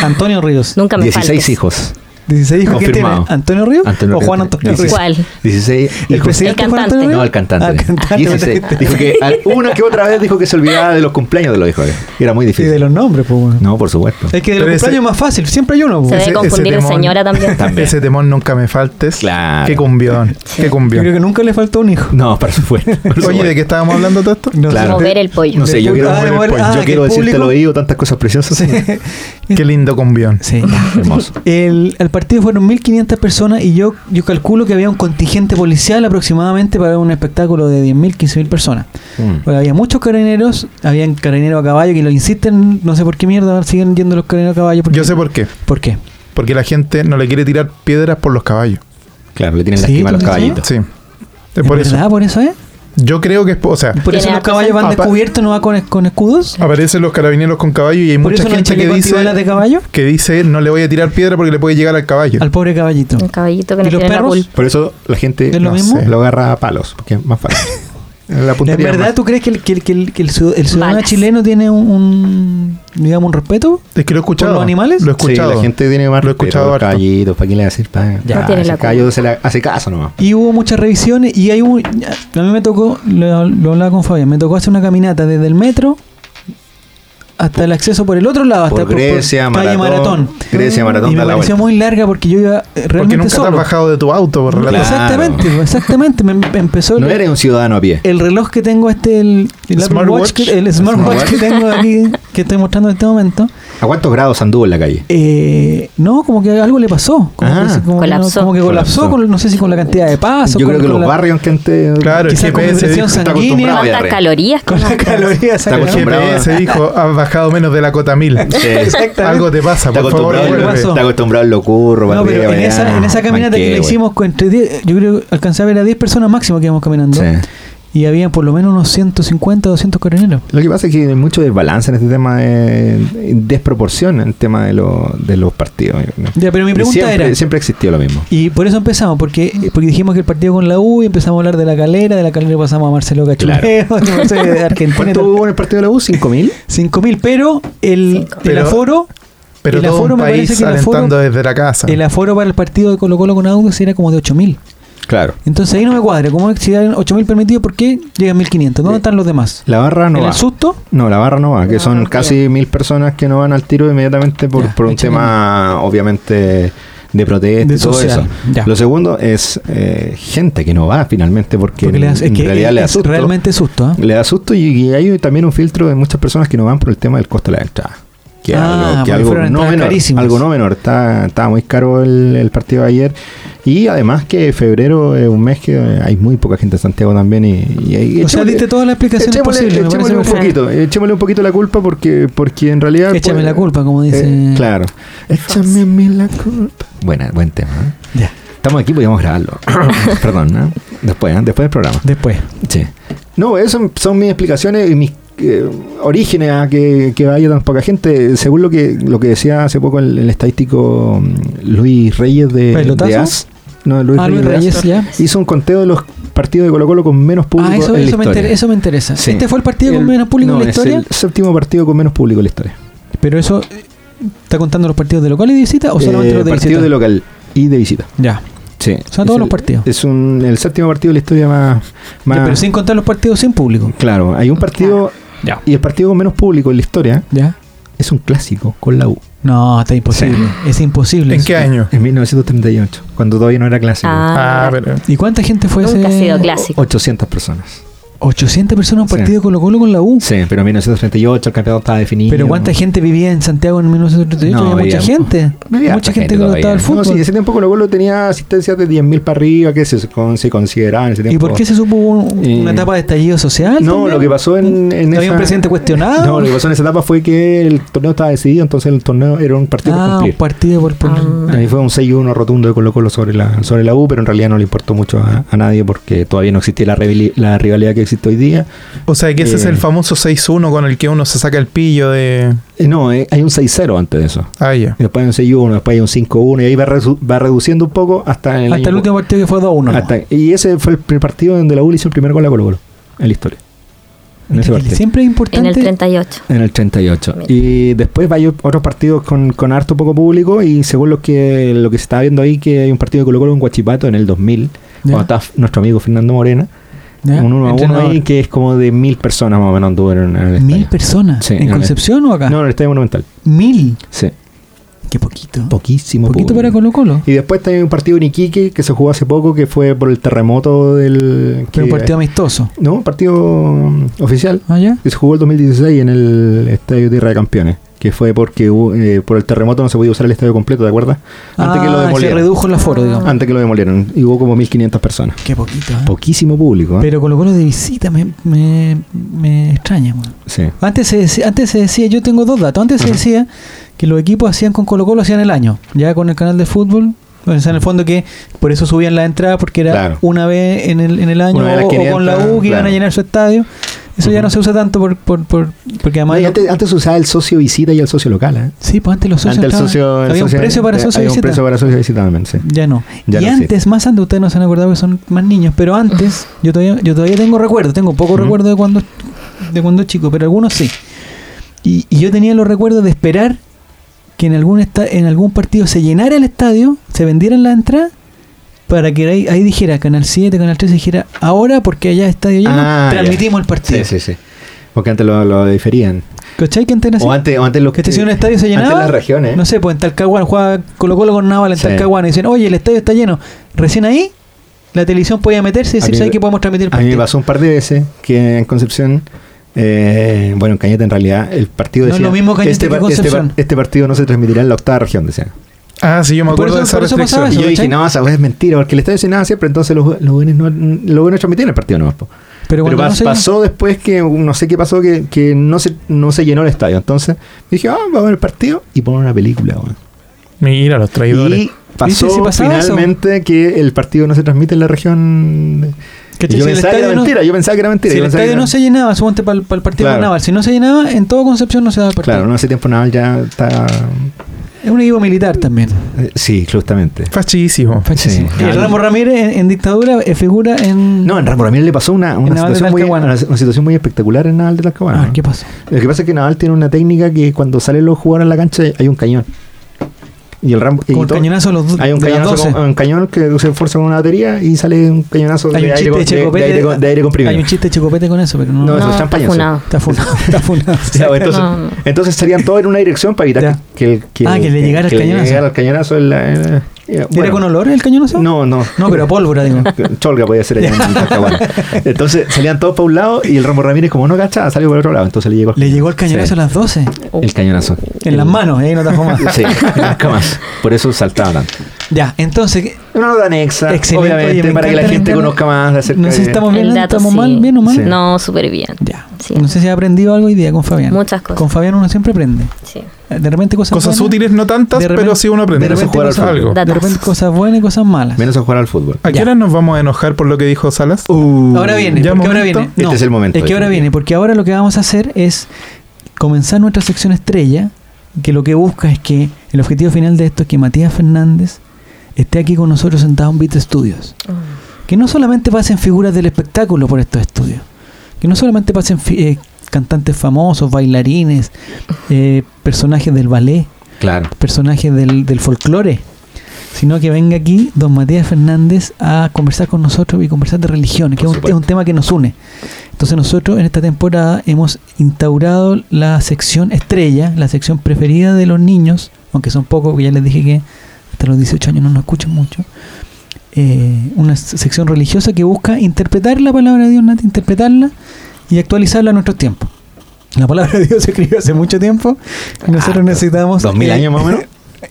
S1: Antonio Ríos.
S4: Nunca me
S5: 16
S4: faltes.
S5: hijos.
S1: 16 hijos. ¿Quién tiene?
S5: Confirmado.
S1: ¿Antonio Ríos?
S5: Antonio
S1: ¿O
S5: Ríos
S1: Juan
S5: tiene
S1: Antonio
S5: 16.
S1: Ríos?
S4: ¿Cuál?
S5: 16
S1: ¿El
S5: hijos.
S1: presidente Juan
S4: cantante.
S1: Antonio Ríos?
S5: No, el cantante.
S1: Ah, el cantante.
S5: 16. Dijo que al- una que otra vez dijo que se olvidaba de los cumpleaños de los hijos. Era muy
S1: Y
S5: difícil.
S1: de los nombres, pues, weón.
S5: No, por supuesto.
S1: Es que de los
S3: Pero ese-
S1: cumpleaños es más fácil, siempre hay uno, pues. po.
S4: Se
S3: Ese-
S4: debe confundir
S3: ese
S4: el
S3: temón.
S4: señora también.
S5: También.
S3: Ese temón nunca me faltes.
S5: Claro.
S3: Qué cumbión. Qué
S1: Yo creo
S3: cumbión.
S1: que nunca le faltó un hijo.
S5: No, por supuesto. por
S3: Oye,
S5: supuesto.
S3: ¿de qué estábamos hablando todo esto?
S1: No
S5: Claro.
S4: Mover el pollo.
S5: No sé, yo
S1: Ah,
S5: quiero,
S1: de
S5: yo
S1: mover- ah, que el
S5: quiero decirte
S1: público-
S5: al oído tantas cosas preciosas.
S3: Qué lindo cumbión.
S1: [laughs] Sí.
S5: Hermoso.
S1: El, al partido fueron 1.500 personas y yo, yo calculo que había un contingente policial aproximadamente para un espectáculo de 10.000, 15.000 personas.
S5: Mm.
S1: Porque Pues había muchos carabineros, habían carabineros a caballo que lo insisten, no sé por qué mierda, siguen yendo los carabineros a caballo. porque-
S3: Yo sé por qué.
S1: ¿Por qué?
S3: Porque la gente no le quiere tirar piedras por los caballos.
S5: Claro, le tienen
S1: Sí,
S5: lástima a los
S1: ¿tú crees?
S5: caballitos.
S3: Sí. Es por
S1: ¿Es
S3: eso.
S1: verdad? ¿Por eso es?
S3: Yo creo que es. po- O sea,
S1: ¿Por eso
S4: Tiene
S1: los caballos van
S3: harto sentido.
S1: descubiertos, no va con, con escudos?
S3: aparecen los carabineros con caballo y hay
S1: ¿Por
S3: mucha
S1: eso no hay
S3: gente que
S1: chaleco
S3: dice.
S1: antibalas de caballo?
S3: Que dice, no le voy a tirar piedra porque le puede llegar al caballo.
S1: Al pobre caballito.
S4: Un caballito que
S1: ¿Y
S4: no
S1: los
S4: tiene la
S1: perros?
S4: culpa.
S5: Por eso la gente
S1: ¿Es lo
S5: no
S1: mismo?
S5: sé, lo agarra a palos, porque es más
S1: [laughs]
S5: fácil.
S3: La
S1: ¿En
S3: puntería
S1: verdad tú crees que el, que el, que el, que el ciud- el ciudadano
S4: Balas.
S1: chileno tiene un, un, digamos, un respeto?
S3: más- Es que lo he escuchado.
S1: los animales?
S3: Lo he
S5: Sí,
S3: escuchado.
S5: la gente tiene más
S3: Lo he
S5: respeto
S3: escuchado
S5: a los
S3: harto.
S5: caballitos. ¿Para qué le va a decir? Pa- Ah,
S4: No tiene
S5: ese
S4: la
S5: caballo se le hace caso nomás.
S1: Y hubo muchas revisiones y hay un... A mí me tocó, lo, lo hablaba con Fabián, me tocó hacer una caminata desde el metro hasta el acceso por el otro lado, hasta
S5: Por Grecia,
S1: calle
S5: Maratón. Grecia, Maratón,
S1: Y me
S5: da la
S1: pareció
S5: vuelta.
S1: muy larga porque yo iba eh,
S3: Porque
S1: realmente
S3: nunca te has
S1: solo.
S3: bajado de tu auto por
S5: Claro.
S3: relato.
S1: Exactamente, pues, exactamente. Me me empezó
S5: No
S1: el-
S5: eres un ciudadano a pie.
S1: el reloj que tengo este, el, el Apple
S3: Smartwatch.
S1: Watch, que, el smartwatch que tengo aquí, que estoy mostrando en este momento.
S5: ¿A cuántos grados anduvo en la calle?
S1: Eh, no, como que algo le pasó. Como,
S5: Ah,
S1: que, se- como que no-
S4: colapsó.
S1: como que colapsó,
S5: Colapsó.
S1: con- no sé si con la cantidad de pasos.
S5: Yo
S1: con-
S5: creo que
S1: con
S5: los
S1: la-
S5: barrios que antes.
S3: Claro, el
S1: Quizás con
S3: GPS
S1: presión
S3: dijo,
S5: está
S1: sanguínea,
S5: acostumbrado.
S4: ¿Cuántas
S5: diarrea.
S4: calorías?
S1: con la
S4: ¿Cuántas?
S1: caloría
S5: Está
S3: El
S1: sanguínea.
S5: acostumbrado.
S3: GPS dijo, has bajado menos de la cota mil.
S5: [laughs]
S1: [laughs]
S3: Algo te pasa,
S5: Está
S3: por favor.
S5: acostumbrado,
S1: vuelve.
S3: vuelve.
S5: está acostumbrado al locurro,
S1: No,
S5: para
S1: pero
S5: arriba,
S1: en esa,
S5: allá,
S1: en esa caminata que le
S5: manquehue.
S1: hicimos con entre 10, yo creo que alcancé a ver a 10 personas máximo que íbamos caminando.
S5: Sí.
S1: Y había por lo menos unos 150, 200 coroneros.
S5: Lo que pasa es que hay mucho desbalance en este tema de desproporción en el tema de, lo- de los partidos. ¿no?
S1: Ya, pero mi
S5: Y
S1: pregunta
S5: siempre,
S1: era...
S5: Siempre existió lo mismo.
S1: Y por eso empezamos, porque, porque dijimos que el partido con la U y empezamos a hablar de la calera, de la calera pasamos a Marcelo Cachuleo, [laughs] de Marcelo Eh, de Argentina.
S5: ¿Cuánto hubo en el partido de la U? ¿Cinco mil?
S1: 5.000, pero el,
S4: Cinco.
S1: el
S3: Pero-
S1: aforo,
S3: Pero
S1: El
S3: todo
S1: aforo
S3: un
S1: me parece
S3: país
S1: que el aforo-
S3: alentando desde la casa.
S1: el aforo para el partido de Colo Colo con Audax era como de 8.000.
S5: Claro.
S1: Entonces ahí no me cuadra, como si hay 8.000 permitidos, ¿por qué llegan 1.500? ¿Dónde
S5: Sí.
S1: están los demás?
S5: La barra no
S1: ¿En
S5: va.
S1: el susto?
S5: No, la barra no va, que
S4: No,
S5: son
S4: no
S5: casi mil personas que no van al tiro inmediatamente por,
S1: Ya,
S5: por un
S1: échale.
S5: tema, obviamente, de protesta
S1: De
S5: y todo
S1: social,
S5: eso.
S1: ya.
S5: Lo segundo es eh, gente que no va finalmente porque,
S1: Porque le da- es
S5: en
S1: que
S5: realidad le da
S1: es
S5: susto.
S1: realmente susto. ¿eh?
S5: Le da susto y, y hay también un filtro de muchas personas que no van por el tema del costo de la entrada. Que
S1: Ah,
S5: algo, que
S1: porque
S5: algo
S1: fueron
S5: no
S1: entradas
S5: menor,
S1: carísimas.
S5: algo no menor. Está, estaba muy caro el, el partido de ayer. Y además que febrero es un mes que eh, hay muy poca gente en Santiago también. Y, y, y
S1: O sea,
S5: echémosle-
S1: diste todas las explicaciones
S5: Echémosle,
S1: posibles. me
S5: echémosle un
S1: parece perfecto.
S5: poquito, echémosle un poquito la culpa porque, porque en realidad.
S1: Échame
S5: pues,
S1: la culpa, como
S5: eh,
S1: dice.
S5: claro. Échame a mí la culpa. Buena, buen tema. ¿eh?
S1: Ya,
S5: Estamos aquí, podíamos grabarlo. [coughs] Perdón, ¿no? Después, ¿eh? después del programa.
S1: después.
S5: Sí. No, esas son mis explicaciones y mis eh, orígenes a que, que vaya tan poca gente. Según lo que lo que decía hace poco el, el estadístico mm, Luis Reyes de,
S1: ¿Pelotazo?
S5: de AS. No, Luis
S1: Ah, Luis
S5: Reyes, de
S1: Reyes,
S5: AS,
S1: ya.
S5: Hizo un conteo de los partidos de Colo Colo con menos público
S1: Ah, eso,
S5: en la
S1: eso me,
S5: historia.
S1: inter- eso me interesa.
S5: Sí.
S1: Este fue el partido con
S5: El-
S1: menos público
S5: no,
S1: en la
S5: es
S1: historia,
S5: el séptimo partido con menos público en la historia.
S1: pero eso eh, está contando los partidos de local y de visita o solamente
S5: Eh,
S1: los de
S5: partido
S1: visita.
S5: de local y de visita.
S1: Ya.
S5: Sí.
S1: Son
S5: Es
S1: todos
S5: el-
S1: los partidos.
S5: Es un, el séptimo partido de la historia más. más
S1: Ya, pero sin contar los partidos sin público.
S5: Claro, hay un partido.
S1: Ya.
S5: Y el partido con menos público en la historia
S1: ¿Ya?
S5: es un clásico con la U.
S1: No, está imposible. Es imposible.
S3: ¿En
S1: eso.
S3: qué año?
S5: En 1938, cuando todavía no era clásico.
S4: Ah,
S3: Ah, pero.
S1: ¿Y cuánta gente fue
S4: nunca ha
S1: ese?
S4: sido clásico.
S5: 800 personas.
S1: 800 personas un
S5: Sí.
S1: partido Colo Colo con la U.
S5: Sí, pero en 1938 el campeonato estaba definido.
S1: Pero cuánta gente vivía en Santiago en 1938?
S5: No,
S1: había mucha
S5: había-
S1: gente. mucha
S5: Había harta
S1: gente que le
S5: todavía.
S1: gustaba el fútbol.
S5: No, sí, ese tiempo Colo Colo tenía asistencias de 10.000 para arriba, que se, con- se consideraban en ese
S1: ¿Y
S5: tiempo.
S1: por qué se supo un-
S5: Eh,
S1: una etapa de estallido social?
S5: No,
S1: también?
S5: lo que pasó en, en
S1: ¿No había un presidente cuestionado?
S5: No, lo que pasó en esa etapa fue que el torneo estaba decidido, entonces el torneo era un partido por
S1: Ah, un
S5: cumplir.
S1: partido por, por-
S4: Ah.
S5: Ahí fue un 6-1 rotundo de Colo Colo sobre la, sobre la U, pero en realidad no le importó mucho a, a nadie porque todavía no existía la, rivali- la rivalidad que existe hoy día.
S3: O sea, que ese es
S5: Eh.
S3: el famoso 6-1 con el que uno se saca el pillo de.
S5: Eh, no, eh, hay un 6-0 antes de eso.
S3: Ah, ya.
S5: Y Después hay un 6-1, después hay un 5-1 y ahí va, resu- va reduciendo un poco hasta el,
S1: Hasta el
S5: año-
S1: último partido que fue 2-1.
S5: hasta- y ese fue el primer partido donde la U le hizo el primer gol a Colo Colo en la historia. en ese
S1: Chile
S5: partido.
S1: Siempre es
S4: en el
S1: importante.
S4: 38.
S5: En el 38.
S4: Mira.
S5: Y después hay otros partidos con, con harto poco público y según lo que lo que se estaba viendo ahí, que hay un partido que colocó en Guachipato en el 2000,
S1: Ya,
S5: cuando estaba nuestro amigo Fernando Morena,
S1: ya.
S5: un uno a uno
S1: Entrenador.
S5: ahí que es como de mil personas más o menos anduvieron en el
S1: Mil
S5: estadio.
S1: personas.
S5: Sí,
S1: ¿En
S5: en el-
S1: Concepción o acá?
S5: No, en el Estadio Monumental.
S1: Mil.
S5: Sí.
S1: Qué poquito.
S5: Poquísimo
S1: poquito para Colo Colo.
S5: Y después también hay un partido en Iquique que se jugó hace poco que fue por el terremoto del...
S1: Pero un
S5: que-
S1: partido amistoso.
S5: No, un partido mm, oficial.
S1: ¿Ah, ya?
S5: que se jugó el 2016 en el Estadio Tierra de Campeones, que fue porque hubo, eh, por el terremoto no se podía usar el estadio completo, ¿te acuerdas? Antes
S1: Ah,
S5: que lo
S1: se
S5: demolieron.
S1: redujo el aforo, digamos.
S5: Antes que lo demolieron. Y hubo como 1500 personas.
S1: Qué poquito, ¿eh?
S5: Poquísimo público, ¿eh?
S1: Pero Colo Colo de visita me, me, me extraña, weón.
S5: sí.
S1: Antes se, decía, antes se decía, yo tengo dos datos, antes se decía que los equipos hacían con Colo Colo, hacían el año, ya con el canal de fútbol, o sea, en el fondo que por eso subían la entrada, porque era
S5: Claro.
S1: una vez en el, en el año
S5: Una vez a
S1: o,
S5: las
S1: o con la
S5: 500,
S1: U que iban a
S5: claro.
S1: llenar su estadio, eso ya
S5: Ujú.
S1: no se usa tanto por, por, por- porque además...
S5: Oye,
S1: no-
S5: antes, antes se usaba el socio visita y el socio local, ¿eh?
S1: sí, pues antes los socios
S5: Antes el
S1: estaban-
S5: socio, el
S1: había
S5: socio-
S1: un precio para
S5: eh,
S1: socio
S5: había
S1: visita.
S5: un precio para socio visita también, sí.
S1: Ya no.
S5: Ya
S1: y
S5: no
S1: antes, más antes, ustedes no se han acordado que son más niños, pero antes, yo todavía, yo todavía tengo recuerdos, tengo poco
S5: Ujú.
S1: recuerdo de cuando, de cuando chico, pero algunos sí. Y, y yo tenía los recuerdos de esperar que en algún esta- en algún partido se llenara el estadio, se vendieran la entrada, para que ahí, ahí dijera Canal 7, Canal 13 dijera, ahora porque allá estadio lleno,
S5: Ah, ya.
S1: transmitimos el partido.
S5: Sí, sí, sí. Porque antes lo, lo diferían.
S1: ¿Cachai que antes era así?
S5: O antes, o antes los
S1: Que este si un estadio se llenaba.
S5: Antes las regiones.
S1: No sé, pues en Talcahuano jugaba Colo Colo con Naval en
S5: Sí.
S1: Talcahuano y decían, oye, el estadio está lleno. Recién ahí, la televisión podía meterse y
S5: A
S1: decir,
S5: mí-
S1: ¿sabes qué podemos transmitir el
S5: A mí me
S1: partido?
S5: pasó un par de veces que en Concepción, eh, bueno, en Cañete en realidad, el partido
S1: No es
S5: decía...
S1: lo mismo Cañete
S5: este,
S1: que
S5: par- este par-
S1: Concepción".
S5: este partido no se transmitirá en la octava región, decían.
S3: Ah, sí, yo me
S1: Por
S3: acuerdo
S1: eso-
S3: de esa
S1: por eso
S3: restricción.
S1: pasaba
S5: Y
S1: eso.
S5: yo dije,
S1: ¿cachai?
S5: no, esa wea es mentira, porque el estadio se nada siempre, entonces los, los buenos no, los buenos transmitían el partido nomás. po.
S1: Pero
S5: Pero,
S1: cuando
S5: pas-
S1: no se-
S5: pasó después que no sé qué pasó, que, que no, se, no se llenó el estadio. Entonces dije, ah, vamos a ver el partido y poner una película. weón.
S3: Mira, los traidores.
S5: Y pasó
S1: ¿Viste? Sí pasaba eso.
S5: finalmente que el partido no se transmite en la región. de-
S1: ¿Cachai?
S5: Y yo
S1: Si el
S5: pensaba que
S1: estadio
S5: era
S1: no-
S5: mentira, yo pensaba que era mentira.
S1: Si
S5: yo
S1: el
S5: pensaba que
S1: estadio
S5: era-
S1: no se llenaba, suponte para el partido
S5: Claro.
S1: con Naval. Si no se llenaba, en todo Concepción no se daba el partido.
S5: Claro, no hace tiempo Naval ya está.
S1: Es un equipo militar también.
S5: eh, sí, justamente.
S3: Fachísimo.
S1: Fascismo.
S5: Sí.
S1: Y el Ramos Ramírez en, en dictadura eh, figura en.
S5: No, en Ramos Ramírez le pasó una, una
S1: En Naval de
S5: situación muy,
S1: Talcahuano.
S5: una, una situación muy espectacular en Naval de Talcahuano.
S1: Ah, ¿qué pasó?
S5: Lo que pasa es que Naval tiene una técnica que cuando salen los jugadores a la cancha hay un cañón. Y el Rambo. y
S1: Con
S5: todo-
S1: cañonazo a los dos.
S5: Hay un,
S1: de las
S5: cañonazo
S1: 12.
S5: con- un cañón que se esfuerza con una batería y sale un cañonazo
S1: Hay
S5: de
S1: un
S5: aire,
S1: chiste
S5: con-
S1: de
S5: de, de
S1: Checopete.
S5: aire con- de aire comprimido.
S1: Hay un chiste de chicopete con eso, pero no.
S5: No, eso
S4: No,
S5: es
S4: está
S5: champaña, eso.
S4: funado.
S1: Está [laughs] funado. Está funado.
S5: [laughs] Ya, bueno, entonces,
S4: No, no.
S5: entonces salían todos en una dirección para evitar
S1: Ya.
S5: que, que,
S1: Ah, que le llegara el cañonazo.
S5: llegara el cañonazo en la- en la- eh,
S1: ¿Era
S5: bueno,
S1: con olor el cañonazo?
S5: No, no.
S1: No, pero a pólvora,
S5: [laughs]
S1: digo.
S5: Cholga podía
S1: [laughs]
S5: ser allá en Talcahuano. Entonces salían todos para un lado y el Ramos Ramírez, como no cacha, salió por otro lado. Entonces le llegó
S1: Le llegó el cañonazo
S5: Sí.
S1: a las 12.
S5: el cañonazo.
S1: En las manos, y ahí no tajó más.
S5: [laughs] Sí, nunca más. Por eso saltaba tanto.
S1: Ya, entonces,
S5: Una nota anexa,
S1: Excelente,
S5: obviamente,
S1: oye, me
S5: para que la
S1: encanta,
S5: gente
S1: me encanta.
S5: conozca más acerca
S1: no sé si
S5: de-
S1: estamos bien,
S4: El dato
S1: estamos mal,
S4: sí.
S1: bien o mal.
S5: Sí.
S4: No, súper bien.
S1: Ya.
S4: Sí.
S1: No sé si has aprendido algo hoy día con Fabián.
S4: Muchas cosas.
S1: Con Fabián uno siempre aprende.
S4: Sí.
S1: De repente cosas
S3: Cosas
S1: buenas,
S3: útiles no tantas,
S1: de
S3: pero
S1: repente-
S3: sí uno aprende.
S1: de repente
S5: jugar al
S1: cosas,
S5: fútbol.
S3: algo.
S1: De repente cosas buenas y cosas malas.
S5: Menos a jugar al fútbol.
S3: ¿A qué
S1: Ya.
S3: hora nos vamos a enojar por lo que dijo Salas?
S4: Uh,
S1: Ahora viene,
S3: ¿Ya
S1: porque ahora
S3: momento?
S1: viene.
S5: Este es el momento,
S1: Es que ahora
S5: definitivo.
S1: viene, porque ahora lo que vamos a hacer es comenzar nuestra sección estrella, que lo que busca es que el objetivo final de esto es que Matías Fernández esté aquí con nosotros en Downbeat Studios. Que no solamente pasen figuras del espectáculo por estos estudios, que no solamente pasen fi- eh, cantantes famosos, bailarines, eh, personajes del ballet,
S5: Claro.
S1: personajes del, del folclore, sino que venga aquí don Matías Fernández a conversar con nosotros y conversar de religiones, que es
S5: Por
S1: un, es un tema que nos une. Entonces nosotros en esta temporada hemos instaurado la sección estrella, la sección preferida de los niños, aunque son pocos, que ya les dije que hasta los 18 años no nos escuchan mucho. eh, una s- sección religiosa que busca interpretar la palabra de Dios, Nati, interpretarla y actualizarla a nuestros tiempos. La palabra de Dios se escribió hace mucho tiempo y nosotros necesitamos...
S5: Ah, Dos mil
S1: eh,
S5: años más
S1: [laughs]
S5: o menos.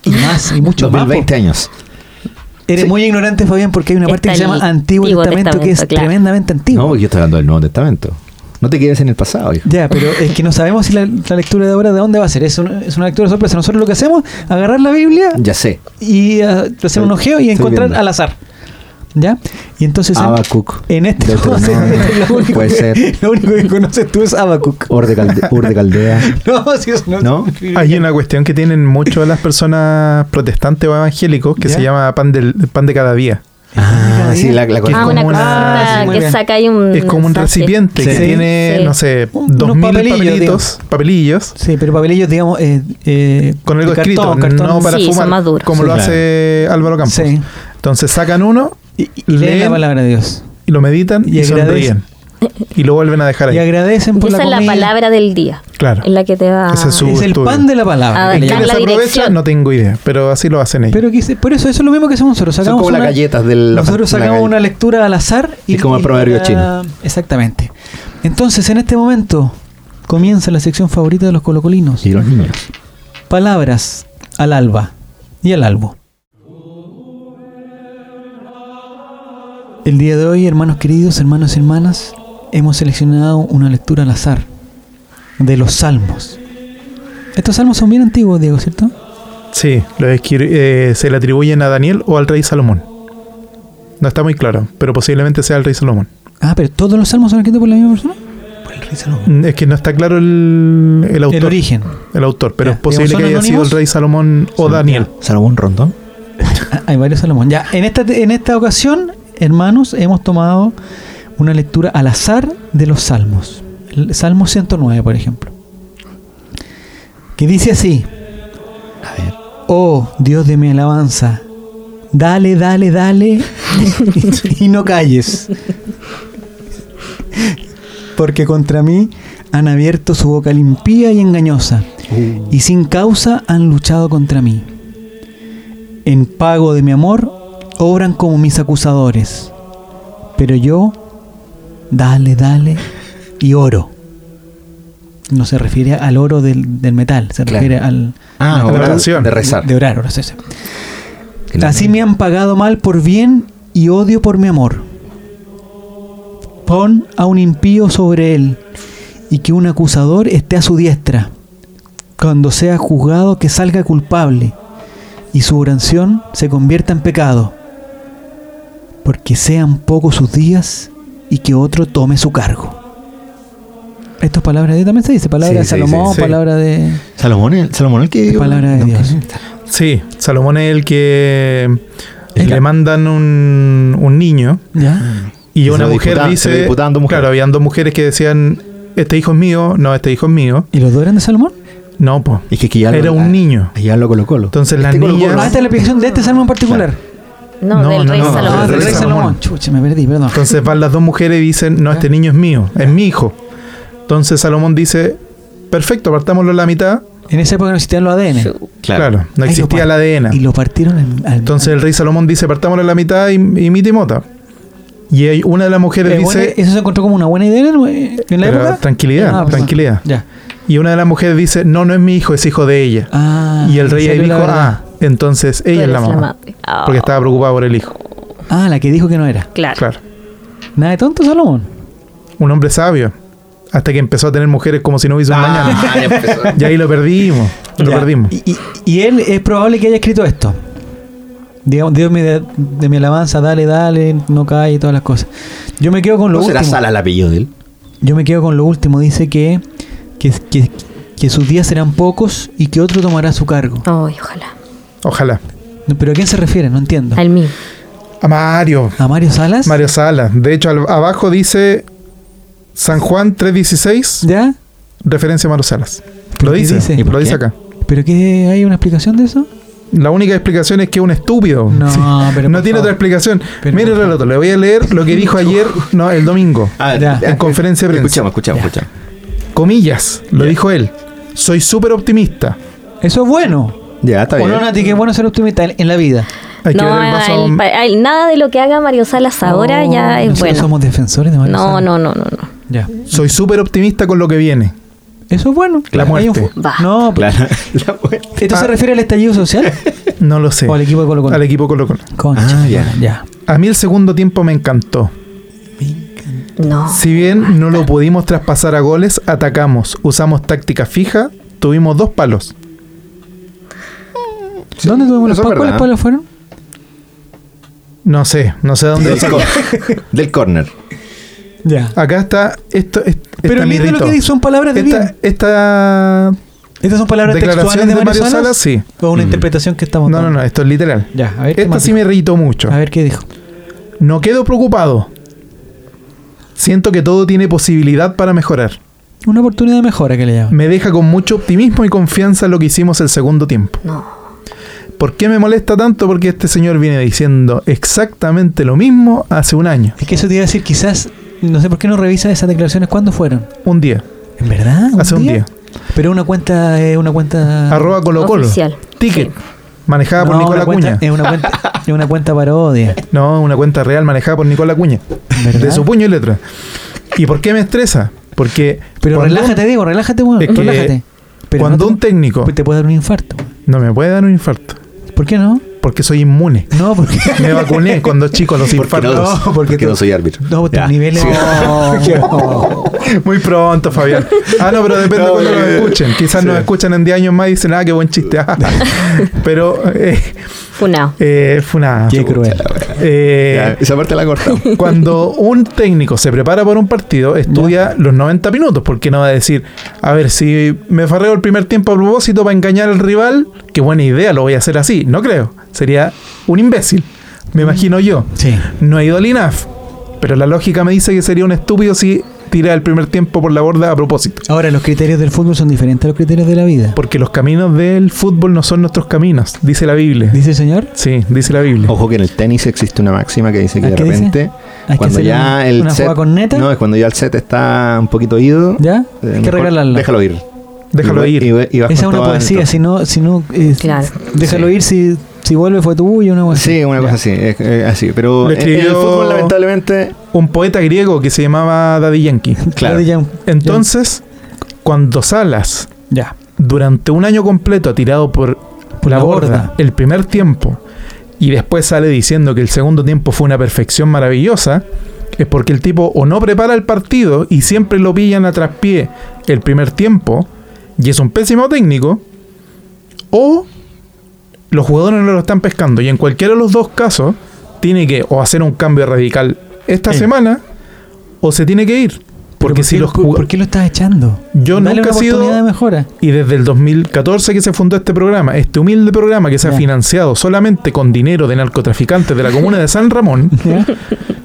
S1: y más, y mucho más.
S5: 2020 años.
S1: po. Eres
S5: Sí.
S1: muy ignorante, Fabián, porque hay una parte que se
S4: Está
S1: llama
S4: el
S1: Antiguo
S4: Antiguo
S1: Testamento, que es
S4: Testamento, este claro.
S1: tremendamente
S5: No,
S1: antiguo.
S5: porque yo estoy hablando del Nuevo Testamento. No te quedes en el pasado, hijo.
S1: ya, pero es que no sabemos si la, la lectura de ahora de dónde va a ser. Es una, es una lectura sorpresa. Nosotros lo que hacemos agarrar la Biblia
S5: Ya sé.
S1: y ah, hacer un ojeo y
S5: estoy
S1: encontrar
S5: viendo.
S1: al azar. ¿Ya? Y entonces en-
S5: Habacuc.
S1: en, este [laughs]
S5: Deuteronomio.
S1: lo, único
S5: Puede
S1: que,
S5: ser.
S1: [laughs] lo único que conoces tú es Habacuc.
S5: Ur de, Calde- Ur de Caldea.
S1: [laughs] No, si eso no.
S5: ¿No?
S3: Hay una cuestión que tienen muchas las personas protestantes o evangélicos que
S1: ¿Ya?
S3: se llama pan, del, pan de cada día.
S5: Ah, sí, la, la
S3: Que es
S4: Ah, una
S3: como una-
S4: cosita
S1: sí, muy
S4: que
S1: bien.
S4: saca ahí un...
S3: Es como un
S4: sachet.
S3: recipiente que
S1: Sí.
S3: tiene,
S4: Mm, Sí.
S3: no sé,
S1: Un-
S3: dos
S1: unos
S3: mil
S1: papelillos,
S3: papelitos, papelillos
S1: Sí, pero papelillos, digamos, eh, eh,
S3: con algo
S1: de
S3: escrito, no para
S4: Sí, son
S3: fumar,
S4: más duros.
S3: como
S5: Sí,
S3: lo
S5: claro.
S3: hace Álvaro Campos.
S1: Sí.
S3: Entonces sacan uno
S1: Y, y leen la
S3: Leen.
S1: palabra de Dios.
S3: y lo meditan
S1: Y
S3: y,
S1: agradecen.
S3: sonríen. Y lo vuelven a dejar
S1: Y
S3: ahí.
S1: agradecen por
S4: Y esa es
S1: la
S4: la
S1: comida.
S4: palabra del día.
S3: Claro.
S4: En la que te va...
S3: Ese es su-
S1: Es el
S3: Tú-
S1: pan de la palabra.
S4: Ah,
S1: que le
S3: ¿En qué
S4: dan
S1: llaman.
S4: la
S3: desaprovecha?
S4: dirección.
S3: No tengo idea, pero así lo hacen ellos.
S1: Pero que, se- por eso, eso es lo mismo que hacemos nosotros.
S5: Son
S1: Sacamos
S5: como las
S1: una-
S5: galletas del.
S1: Nosotros sacamos una lectura al azar
S5: Es como el proverbio
S1: la-
S5: chino.
S1: Exactamente. Entonces, en este momento comienza la sección favorita de los colocolinos.
S5: Y los niños.
S1: Palabras al alba y al albo. El día de hoy, hermanos queridos, hermanos y hermanas, hemos seleccionado una lectura al azar de los salmos. Estos salmos son bien antiguos, Diego, ¿cierto?
S3: Sí, lo es que, eh, se le atribuyen a Daniel o al rey Salomón. No está muy claro, pero posiblemente sea el rey Salomón.
S1: Ah, pero todos los salmos son escritos por la misma persona. Por el rey Salomón.
S3: Mm, Es que no está claro el, el autor.
S1: El origen.
S3: el autor, pero
S1: Ya,
S3: es posible
S1: digamos,
S3: que
S1: ¿son
S3: haya sido
S1: anónimos?
S3: el rey Salomón o Daniel.
S5: Salomón Rondón.
S1: [laughs] Ah, Hay varios Salomón. Ya, en esta, en esta ocasión, hermanos, hemos tomado una lectura al azar de los salmos. El Salmo 109, por ejemplo. Que dice así. Oh, Dios de mi alabanza, dale, dale, dale [laughs] y no calles. Porque contra mí han abierto su boca limpia y engañosa y sin causa han luchado contra mí. En pago de mi amor, obran como mis acusadores. Pero yo, dale, dale, y oro. No se refiere al oro del, del metal, se
S5: Claro.
S1: refiere al...
S5: Ah,
S3: la
S5: ahora
S3: oración.
S5: de rezar.
S1: De orar, ahora sí, sí. Así me han pagado mal por bien y odio por mi amor. Pon a un impío sobre él y que un acusador esté a su diestra. Cuando sea juzgado que salga culpable y su oración se convierta en pecado. Porque sean pocos sus días y que otro tome su cargo. Estas palabras de también se dice, palabra
S5: Sí,
S1: de
S5: sí, sí,
S1: Salomón,
S3: sí.
S1: palabra de
S5: Salomón, el, Salomón el que. dio-
S1: palabra de
S5: no,
S1: Dios.
S3: Sí, Salomón es el que
S1: El-
S3: le mandan un, un niño
S1: ¿Ya?
S3: y
S5: Y se
S3: una
S5: lo
S3: mujer
S5: disputa- se lo
S3: dice...
S5: disputaban dos mujeres.
S3: Claro, habían dos mujeres que decían, este hijo es mío, no, este hijo es mío.
S1: ¿Y los dos eran de Salomón?
S3: No, pues.
S5: Es que aquí ya lo-
S3: Era un niño.
S5: Allá lo Este colocó.
S3: Entonces las niñas...
S1: Ah, esta es la explicación de este salmo en particular.
S4: No,
S3: No,
S4: del
S3: no,
S4: rey
S3: no,
S1: Ah,
S4: Salomón.
S1: del rey
S3: Salomón.
S1: Salomón. Chucha, me perdí, perdón.
S3: Entonces van las dos mujeres y dicen, no, este niño es mío, es mi hijo. Entonces Salomón dice, perfecto, partámoslo a la mitad.
S1: En esa época no existían los ADN.
S3: Claro, no
S1: Ay,
S3: existía
S1: lo
S3: la
S1: par-
S3: ADN.
S1: Y lo partieron al. al-
S3: Entonces el rey Salomón dice, partámoslo a la mitad y, y mita y mota. Y hay- una de las mujeres
S1: Eh, bueno,
S3: dice,
S1: ¿Eso se encontró como una buena idea en- en la
S3: Pero
S1: época?
S3: tranquilidad,
S1: pues,
S3: tranquilidad.
S1: Ya.
S3: y una de las mujeres dice, no, no es mi hijo, es hijo de ella.
S1: Ah,
S3: y el rey ahí
S1: salió la
S3: dijo,
S1: verdad.
S3: ah, entonces
S4: Tú
S3: ella es
S4: eres
S3: la mamá.
S4: madre. Ah,
S3: Porque estaba preocupada por el hijo.
S1: Ah, la que dijo que no era.
S4: Claro.
S3: Claro.
S1: Nada de tonto, Salomón.
S3: Un hombre sabio. Hasta que empezó a tener mujeres como si
S5: Ah,
S3: no hubiese un mañana. Y ahí lo perdimos. Lo
S1: Ya.
S3: perdimos.
S1: Y, y- y él es probable que haya escrito esto. Digamos, Dios me de, de mi alabanza, dale, dale, no cae y todas las cosas. Yo me quedo con [laughs] lo
S5: ¿No será
S1: último.
S5: Sala el apellido de él?
S1: Yo me quedo con lo último. Dice que, que, que- que sus días serán pocos y que otro tomará su cargo.
S4: Ay, ojalá.
S3: Ojalá.
S1: No, ¿Pero a quién se refiere? No entiendo.
S4: Al mío.
S3: A Mario.
S1: ¿A Mario Salas?
S3: Mario Sala. De hecho, al- abajo dice San Juan 3.16,
S1: ¿Ya?
S3: referencia a Mario Salas.
S1: ¿Pero
S3: Lo
S1: qué
S3: dice.
S1: dice? ¿Y por
S3: Lo dice
S5: qué?
S3: acá.
S1: ¿Pero qué? ¿Hay una explicación de eso?
S3: La única explicación es que es un estúpido.
S1: No,
S3: Sí.
S1: pero
S3: No
S1: por
S3: tiene
S1: favor.
S3: otra explicación.
S1: Pero
S3: Mire el
S1: por
S3: relato, le voy a leer lo
S1: [laughs]
S3: que dijo ayer, no, el domingo,
S5: Ah,
S1: Ya.
S3: en conferencia de prensa.
S5: Escuchamos, escuchamos, escuchamos.
S3: Comillas, lo dijo él. Soy súper optimista.
S1: Eso es bueno.
S5: Ya, está
S1: O
S5: bien.
S1: no, Nati, que es bueno ser optimista en en la vida.
S3: Hay que
S4: No,
S3: ver el vaso-
S4: al- pa- al- nada de lo que haga Mario Salas ahora
S1: Oh,
S4: ya es
S1: nosotros
S4: bueno.
S1: somos defensores de Mario
S4: No,
S1: Salas.
S4: no, no, no, no.
S1: Ya.
S3: Soy súper optimista con lo que viene.
S1: Eso es bueno.
S3: La
S1: Hay
S3: muerte.
S1: fu-
S4: Va.
S1: No, pero-
S5: Claro.
S1: [laughs]
S5: La buena.
S1: ¿esto se
S3: Ah.
S1: refiere al estallido social?
S3: No lo sé.
S1: ¿O al equipo de Colo Colo?
S3: Al equipo Colo Colo.
S1: Concha,
S5: Ah, ya.
S1: ya.
S3: A mí el segundo tiempo me encantó.
S4: No.
S3: Si bien no lo pudimos traspasar a goles, atacamos, usamos táctica fija, tuvimos dos palos.
S1: ¿Dónde tuvimos los
S5: eso es
S1: palos? ¿Cuáles
S5: verdad.
S1: palos fueron?
S3: No sé, no sé dónde lo
S5: Del,
S3: sacó.
S5: cor- [laughs] del corner.
S1: Ya.
S3: Acá está esto. es-
S1: Pero
S3: esta me
S1: mira lo
S3: irritó.
S1: que dice, son palabras de
S3: Esta,
S1: bien.
S3: esta
S1: ¿Estas son palabras textuales
S3: declaración
S1: de
S3: de
S1: Mario, Salas?
S3: sí. Mm.
S1: ¿O una interpretación que estamos
S3: No, no,
S1: dando?
S3: no, esto es literal.
S1: Ya, a ver qué
S3: Esta
S1: más
S3: sí
S1: dijo.
S3: me irritó mucho.
S1: A ver qué dijo.
S3: No quedo preocupado. Siento que todo tiene posibilidad para mejorar.
S1: Una oportunidad de mejora que le llaman.
S3: Me deja con mucho optimismo y confianza en lo que hicimos el segundo tiempo. ¿Por qué me molesta tanto? Porque este señor viene diciendo exactamente lo mismo hace un año,
S1: Es que eso te iba a decir, quizás, no sé por qué no revisa esas declaraciones cuándo fueron.
S3: un día,
S1: ¿En verdad?
S3: hace un día.
S1: Pero una cuenta es una cuenta.
S3: Arroba Colo Colo.
S4: Oficial.
S3: Ticket.
S4: Sí.
S3: Manejada por
S1: No,
S3: Nicolás
S1: una cuenta-
S3: Cuña.
S1: Es una cuenta, es una cuenta parodia.
S3: No, una cuenta real manejada por Nicolás Cuña.
S1: ¿Verdad?
S3: [laughs] De su puño y letra. ¿Y por qué me estresa? Porque.
S1: Pero
S3: cuando-
S1: relájate, Diego, relájate, weón.
S3: Es que
S1: relájate. Pero
S3: cuando
S1: no
S3: un técnico
S1: te, pues te puede dar un infarto.
S3: no me puede dar un infarto,
S1: ¿Por qué no?
S3: porque soy inmune.
S1: No, porque.
S3: [laughs]
S1: [laughs]
S3: Me vacuné cuando chico a los
S2: Porque no,
S3: infartos.
S1: porque
S2: porque
S1: tú-
S2: no soy árbitro.
S1: No, tus
S2: Ya.
S1: niveles.
S2: Sí.
S1: No.
S3: pues, Muy pronto, Fabián. Ah, no, pero depende
S2: No,
S3: cuando
S2: eh,
S3: nos escuchen. Quizás
S2: sí.
S3: nos escuchan en 10 años más y dicen, ah, qué buen chiste. [laughs] ah. pero eh,
S4: Funado.
S3: eh, fue una.
S1: Qué cruel.
S3: Eh,
S2: Ya, esa parte la
S1: Eh,
S2: cortamos.
S3: Cuando un técnico se prepara para un partido, estudia los 90 minutos, porque no va a decir, a ver, si me farreo el primer tiempo a propósito para engañar al rival, qué buena idea, lo voy a hacer así. No creo. Sería un imbécil, me imagino yo.
S1: [laughs] Sí.
S3: No he ido al INAF, pero la lógica me dice que sería un estúpido si tira el primer tiempo por la borda a propósito.
S1: Ahora, los criterios del fútbol son diferentes a los criterios de la vida.
S3: Porque los caminos del fútbol no son nuestros caminos, dice la Biblia.
S1: ¿Dice el señor?
S3: Sí, dice la Biblia.
S5: Ojo que en el tenis existe una máxima que dice que
S1: ¿Ah,
S5: de
S1: qué dice?
S5: repente,
S1: Hay que
S5: cuando
S1: hacer
S5: ya
S1: una,
S5: el
S1: una
S5: set-
S1: jugada con neta.
S5: no, es cuando ya el set está un poquito ido,
S1: ¿Ya?
S5: eh,
S1: Hay que
S5: mejor
S1: regalarlo.
S5: Déjalo ir.
S3: Déjalo
S5: Y-
S3: ir.
S5: y- y vas con
S1: Esa es una
S5: todo
S1: poesía,
S5: adentro.
S1: si no, si no eh,
S4: Claro.
S1: déjalo
S5: Sí.
S1: ir si, si vuelve fue tuyo, una cosa
S5: Sí, una cosa así, es- es así. Pero
S3: Lo
S5: en- en el
S3: escribió-
S5: fútbol, lamentablemente,
S3: Un poeta griego que se llamaba Daddy Yankee.
S1: así.
S5: claro.
S1: Daddy Yan-
S3: Entonces, cuando Salas
S1: ya.
S3: durante un año completo ha tirado por,
S1: Por
S3: la
S1: la
S3: borda,
S1: borda.
S3: el primer tiempo y después sale diciendo que el segundo tiempo fue una perfección maravillosa, es porque el tipo o no prepara el partido y siempre lo pillan a traspié el primer tiempo y es un pésimo técnico, o los jugadores no lo están pescando y en cualquiera de los dos casos tiene que o hacer un cambio radical esta
S1: Sí.
S3: semana o se tiene que ir.
S1: Pero
S3: Porque
S1: ¿por
S3: si
S1: qué-
S3: los
S1: por,
S3: jugad-
S1: ¿Por qué lo estás echando?
S3: Yo
S1: Dale una
S3: nunca he sido-
S1: oportunidad de mejora.
S3: y desde el 2014 que se fundó este programa, este humilde programa que se ha
S1: Ya.
S3: financiado solamente con dinero de narcotraficantes de la comuna de San Ramón,
S1: ¿ya?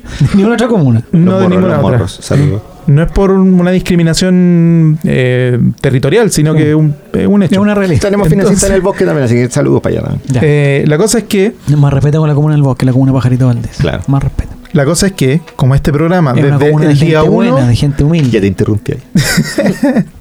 S3: [laughs]
S1: Ninguna otra comuna.
S5: Los
S3: no de
S5: morros,
S3: ninguna
S5: los
S3: otra.
S5: morros, saludos.
S3: [laughs] No es por un- una discriminación eh, territorial, sino
S1: Sí.
S3: que un- es un
S1: Es
S3: hecho.
S1: una realidad.
S5: Tenemos
S3: Este, Entonces-
S5: financista en el bosque también, así que saludos para allá. también.
S1: Ya.
S3: Eh, la cosa es que,
S1: Más respeto con la comuna del bosque, la comuna Pajarito Valdés.
S5: Claro.
S1: Más respeto.
S3: la cosa es que, como este programa,
S1: Es una
S3: desde
S1: comuna de
S3: el
S1: gente
S3: día uno,
S1: buena, de gente
S2: Ya
S1: humilde.
S2: te interrumpí ahí.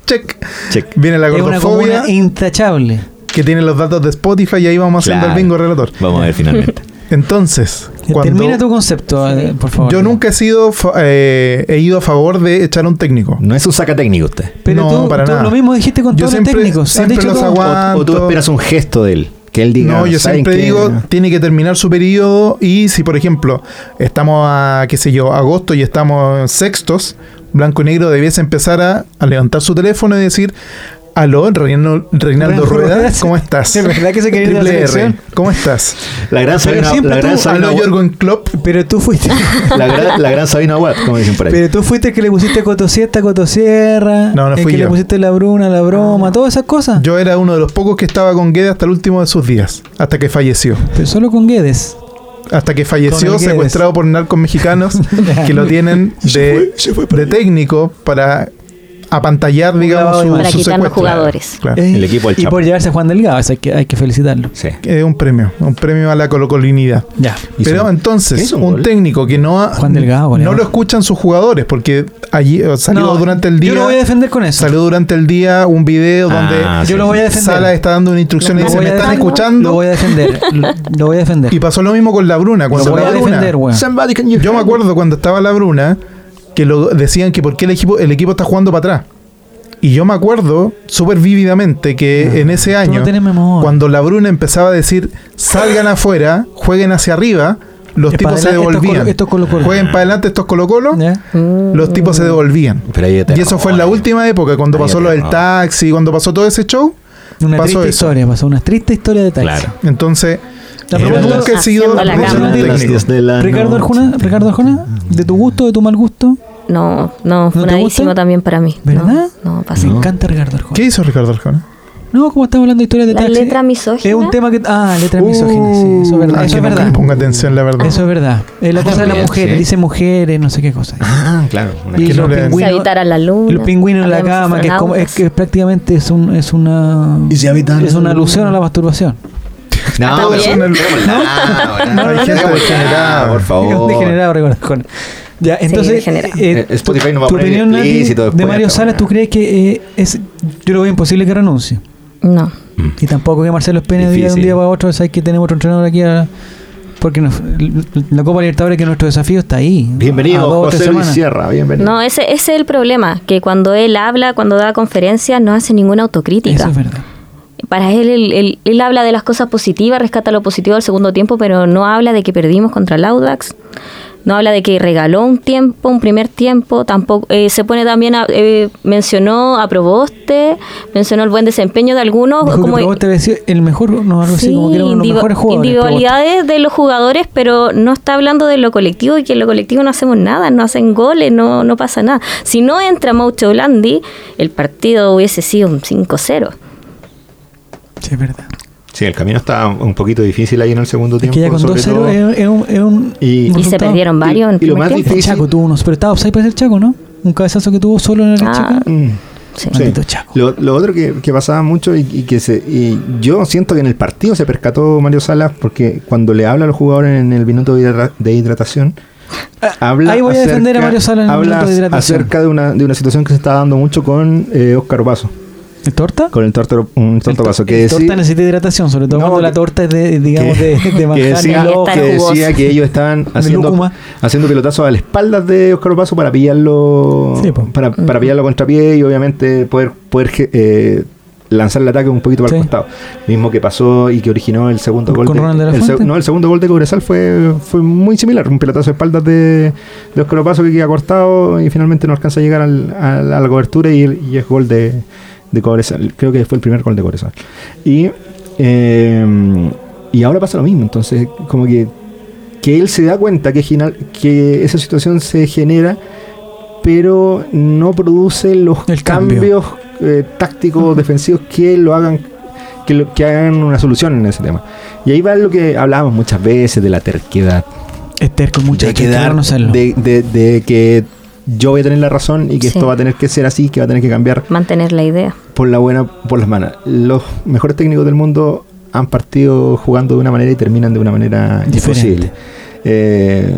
S3: check,
S2: Check.
S3: viene la
S1: Es una
S3: gordofobia
S1: comuna intachable.
S3: que tiene los datos de Spotify y ahí [laughs] vamos haciendo
S2: Claro.
S3: el bingo relator.
S2: Vamos a ver
S3: [laughs]
S2: finalmente.
S3: Entonces, cuando
S1: Termina tu concepto, eh, por favor.
S3: yo nunca he sido, fa- eh, he ido a favor de echar un técnico.
S2: No es un saca técnico usted.
S1: Pero
S3: No,
S1: tú,
S3: para
S1: tú
S3: nada.
S1: lo mismo dijiste con
S3: Yo
S1: todos
S3: siempre-
S1: los técnicos.
S3: siempre
S1: Has dicho
S3: los
S1: todo.
S3: aguanto.
S2: O, o tú
S3: ¿Cuánto?
S2: esperas un gesto de él. Que él diga.
S3: No, yo
S2: "¿Saben
S3: siempre
S2: qué?
S3: digo, tiene que terminar su periodo y si, por ejemplo, estamos a, qué sé yo, agosto y estamos sextos, Blanco y Negro debiese empezar a, a levantar su teléfono y decir, aló, Reinaldo, Reinaldo Rueda, ¿cómo estás?
S1: Es [laughs] verdad que se quería ir a la
S3: Triple R,
S1: selección.
S3: ¿Cómo estás?
S2: La gran Sabina,
S1: siempre
S2: la gran
S1: tú-
S2: Sabina
S3: Aló,
S2: Watt-
S3: Jorgen Klopp.
S1: Pero tú
S2: [laughs]
S1: fuiste.
S2: la, gran, la gran Sabina Watt, como dicen por ahí.
S1: Pero tú fuiste el que le pusiste Cotosierra, Cotosierra.
S3: No, no
S1: el
S3: fui
S1: que le
S3: yo.
S1: pusiste la bruna, la broma, todas esas cosas.
S3: Yo era uno de los pocos que estaba con Guedes hasta el último de sus días, hasta que falleció.
S1: Pero solo con Guedes.
S3: Hasta que falleció
S1: Con el Guedes.
S3: secuestrado por
S1: [laughs]
S3: narcos mexicanos que lo tienen de, de técnico para apantallar, digamos,
S1: lavado de
S3: su,
S1: imagen.
S4: Para
S3: su
S4: quitar los
S3: secuestro.
S4: jugadores.
S3: Claro.
S1: Eh,
S2: El equipo del
S1: Y
S2: Chapo.
S1: por llevarse a Juan Delgado, eso hay que, hay que felicitarlo.
S2: Sí.
S3: Es un premio, un premio a la colocolinidad.
S1: Ya.
S2: Hizo
S3: Pero
S2: un-
S3: entonces,
S2: hizo
S3: un,
S2: un gol.
S3: técnico que no, ha-
S1: Juan Delgado,
S3: no
S1: goleador.
S3: lo escuchan sus jugadores, porque allí eh, salió durante el día.
S1: Yo lo voy a defender con eso.
S3: salió durante el día un video
S2: Ah,
S1: Yo lo voy a
S3: donde
S1: defender.
S3: Sala está dando una instrucción y
S1: Lo
S3: dice,
S1: voy
S3: me
S1: a
S3: están
S1: defender. Lo
S3: escuchando.
S1: voy a defender.
S3: [laughs]
S1: Lo, lo voy a defender.
S3: Y pasó lo mismo con la Bruna.
S1: Lo
S3: Cuando
S1: voy
S3: la
S1: a
S3: Bruna-
S1: defender, weón.
S5: Somebody can you
S3: Yo me
S5: help me?
S3: acuerdo cuando estaba la Bruna que lo decían que por qué el equipo, el equipo está jugando para atrás. Y yo me acuerdo súper vívidamente que en ese
S1: Ah, Tú
S3: año,
S1: no tienes memoria.
S3: cuando la Bruna empezaba a decir salgan afuera, jueguen hacia arriba, los
S1: Eh,
S3: tipos
S1: para
S3: se
S1: adelante, estos
S3: devolvían.
S1: colo- estos Colo-Colo.
S3: Jueguen para adelante estos Colo Colo,
S1: ¿Ya?
S4: Mm,
S3: los tipos se devolvían.
S2: Pero ahí te-
S3: Y eso fue en la última época, cuando
S2: Ahí
S3: pasó lo del
S2: no.
S3: taxi, cuando pasó todo ese show.
S1: Una
S3: Pasó
S1: triste
S3: eso.
S1: historia, pasó una triste historia de taxi.
S2: Claro.
S3: Entonces,
S1: La
S3: yo
S1: pregunta-
S3: nunca he sido
S4: Haciendo la
S3: nunca he sido
S4: cama.
S3: un
S2: Las
S3: técnico.
S2: 10 de la
S1: Ricardo
S2: noche.
S1: Arjona, Ricardo Arjona, ¿de tu gusto, de tu mal gusto?
S4: No, no,
S1: te
S4: funadísimo
S1: gusta?
S4: también para mí.
S1: ¿Verdad?
S4: No, no pasa
S1: Me
S4: nada.
S1: encanta Ricardo Arjona.
S3: ¿Qué hizo Ricardo Arjona?
S1: No, como estamos hablando de historias de
S4: La
S1: taxi.
S4: letra misógina.
S1: Es un tema que. Ah, letras
S6: Uh,
S1: misóginas, sí, eso es verdad.
S3: Ah,
S1: Eso
S3: que
S1: es
S3: no
S1: verdad.
S3: Ponga atención, la verdad.
S1: Eso es verdad. Es la
S6: Ah,
S1: cosa de la
S6: también,
S1: mujer,
S6: sí.
S1: dice mujeres, no sé qué cosa.
S6: Ah,
S5: [laughs]
S6: claro. una-
S1: Y
S3: que no
S1: los
S3: le-
S4: Se
S1: pingüinos,
S4: habitaran la luna.
S1: y los pingüinos en la
S4: habíamos
S1: cama, que es, como- es
S4: astronautas.
S1: que prácticamente es, un, es una.
S6: Y si habitan-
S1: Es una alusión a la masturbación.
S6: No, pero
S4: bien?
S6: no, no,
S3: No, hay gente degenerada.
S6: por
S1: Un
S6: favor.
S1: degenerado, Ricardo Arjona. Ya, entonces.
S4: degenerado.
S1: eh,
S6: Eh, Spotify
S1: tu-
S6: nos va a
S1: tu
S6: poner
S1: opinión, Nati,
S6: explícito
S1: de
S6: después,
S1: Mario
S6: esta
S1: Salas, ¿tú
S6: weá.
S1: crees que eh, es. Yo lo veo imposible que renuncie.
S4: No.
S1: Y tampoco que Marcelo Pérez diga de un
S6: Mm. Difícil.
S1: día para otro, sabes que tenemos otro entrenador aquí a- porque nos- la Copa Libertadores que nuestro desafío está ahí.
S5: Bienvenido,
S1: A dos o tres
S5: José Luis
S1: semanas.
S5: Sierra. Bienvenido.
S4: No, ese, ese es el problema, que cuando él habla, cuando da conferencias, no hace ninguna
S1: Eso
S4: autocrítica.
S1: es verdad.
S4: Para él, él, él- él habla de las cosas positivas, rescata lo positivo del segundo tiempo, pero no habla de que perdimos contra el Audax, no habla de que regaló un tiempo, un primer tiempo, tampoco eh, se pone también, a- eh, mencionó a Proboste, mencionó el buen desempeño de algunos,
S1: Dijo
S4: como
S1: que Proboste había sido el mejor, no, algo así, como que era uno de los
S4: individu-
S1: mejores jugadores.
S4: individualidades de los jugadores, pero no está hablando de lo colectivo y que en lo colectivo no hacemos nada, no hacen goles, no, no pasa nada. Si no entra Maucho Blandi, el partido hubiese sido un 5-0.
S1: Proboste. Sí, es verdad.
S6: Sí, el camino está un poquito difícil ahí en el segundo
S1: Es
S6: tiempo.
S1: que ya con
S6: sobre
S1: 2-0
S6: todo.
S1: es, es un, es un-
S6: Y-
S1: un
S4: Y se
S1: resultado.
S4: perdieron varios en el
S5: y lo
S4: primer
S5: más
S4: tiempo.
S1: El Chaco tuvo unos, pero estaba offside para el Chaco, ¿no? Un cabezazo que tuvo solo en el área
S4: Ah,
S1: chica.
S5: Mm. Sí.
S4: sí.
S1: Maldito Chaco.
S5: Lo, lo otro que, que pasaba mucho y, y que se, y yo siento que en el partido se percató Mario Salas porque cuando le habla a los jugadores en el minuto de hidra- de hidratación, Ah, habla
S1: ahí voy a defender a Mario Salas en el
S5: habla
S1: minuto de hidratación.
S5: acerca de una, de una situación que se está dando mucho con eh, Oscar Vaso,
S1: ¿El torta?
S5: con el torta, un
S1: El
S5: torta
S1: to-
S5: Vaso, que
S1: el torta
S5: decía,
S1: necesita hidratación, sobre todo
S5: No,
S1: cuando la
S5: que-
S1: torta es de, digamos,
S5: que-
S1: de, de
S5: que
S1: manjar,
S5: decía,
S1: loco.
S4: Está
S5: que,
S4: jugoso.
S5: decía que ellos estaban haciendo,
S1: lúcuma.
S5: haciendo pelotazos a las espaldas de Oscar Paso para pillarlo
S1: Sí, po.
S5: para, para
S4: Mm.
S5: pillarlo contra pie y obviamente poder, poder eh, lanzar el ataque un poquito para el
S1: Sí.
S5: costado. Mismo que pasó y que originó el segundo
S1: ¿Con
S5: gol.
S1: Ronald de la
S5: el,
S1: Fuente?
S5: no, el segundo gol de Cobresal fue, fue muy similar. Un pelotazo a espaldas de, de Oscar Paso que queda cortado y finalmente no alcanza a llegar al- al- a la cobertura y, y es gol de, de Cobresal. Creo que fue el primer gol de Cobresal. Y, eh, y ahora pasa lo mismo. Entonces, como que, que él se da cuenta que, gina- que esa situación se genera, pero no produce los
S1: El cambio.
S5: cambios eh, tácticos defensivos que lo hagan que, lo- que hagan una solución en ese tema. Y ahí va lo que hablábamos muchas veces de la terquedad.
S1: Es terco,
S5: De,
S1: muchachos, hay que
S5: quedar-
S1: reconocerlo.
S5: de, de- de que yo voy a tener la razón y que
S4: Sí.
S5: esto va a tener que ser así, que va a tener que cambiar
S4: Mantener la idea.
S5: por la buena, por las malas. Los mejores técnicos del mundo han partido jugando de una manera y terminan de una manera
S1: Diferente.
S5: imposible. Eh,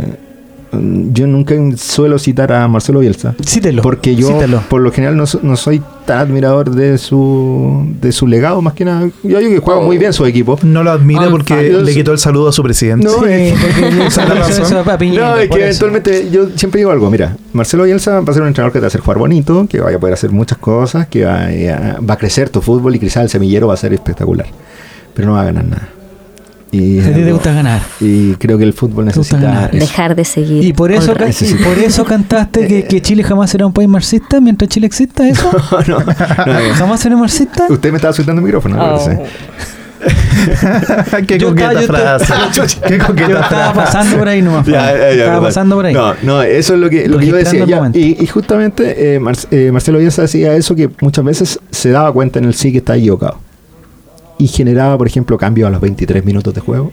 S5: mm, yo nunca suelo citar a Marcelo Bielsa.
S1: Cítelo.
S5: Porque yo,
S1: cítelo.
S5: por lo general, no, so- no soy tan admirador de su, de su legado, más que nada. Yo digo que juega muy bien su equipo.
S3: No lo admira
S1: Ah,
S3: porque
S5: Dios.
S3: le quitó el saludo a su presidente.
S5: No,
S1: Sí,
S5: [laughs] es-
S1: porque le hizo
S3: Esa es la
S1: eso
S3: razón.
S1: a Piñera,
S5: No, es
S1: por
S5: que
S1: eso.
S5: eventualmente yo siempre digo algo, mira, Marcelo Bielsa va a ser un entrenador que te va a hacer jugar bonito, que vaya a poder hacer muchas cosas, que va eh, a, va a crecer tu fútbol y quizás el semillero va a ser espectacular, pero no va a ganar nada. Y,
S1: A ti te gusta ganar.
S5: y creo que el fútbol
S1: Te gusta
S5: necesita
S1: ganar.
S5: eso. [laughs]
S4: Dejar de seguir.
S1: Y por eso,
S4: All
S1: ca-
S4: right.
S1: y por eso cantaste que, que Chile jamás será un país marxista mientras Chile exista,
S5: [laughs]
S1: ¿eso?
S5: No, no,
S1: [laughs]
S5: no.
S1: ¿Jamás será marxista?
S5: Ah, Usted me estaba soltando el micrófono, me
S4: Oh.
S3: Oh.
S5: parece.
S3: [laughs] Qué
S1: Yo
S3: coqueta
S1: estaba- [laughs] yo
S3: frase. [laughs] Qué coqueta
S1: Yo estaba
S3: frase.
S1: pasando por ahí nomás.
S5: [laughs] Ya,
S1: Fran.
S5: ya, ya,
S1: estaba
S5: perdón.
S1: pasando por ahí.
S5: No, no, eso es lo que, lo que yo
S1: Registrando
S5: decía.
S1: el
S5: ya.
S1: momento.
S5: Y, y justamente eh, Mar- eh, Marcelo Bielsa decía eso que muchas veces se daba cuenta en el sí que estaba equivocado. Y generaba, por ejemplo, cambios a los 23 minutos de juego.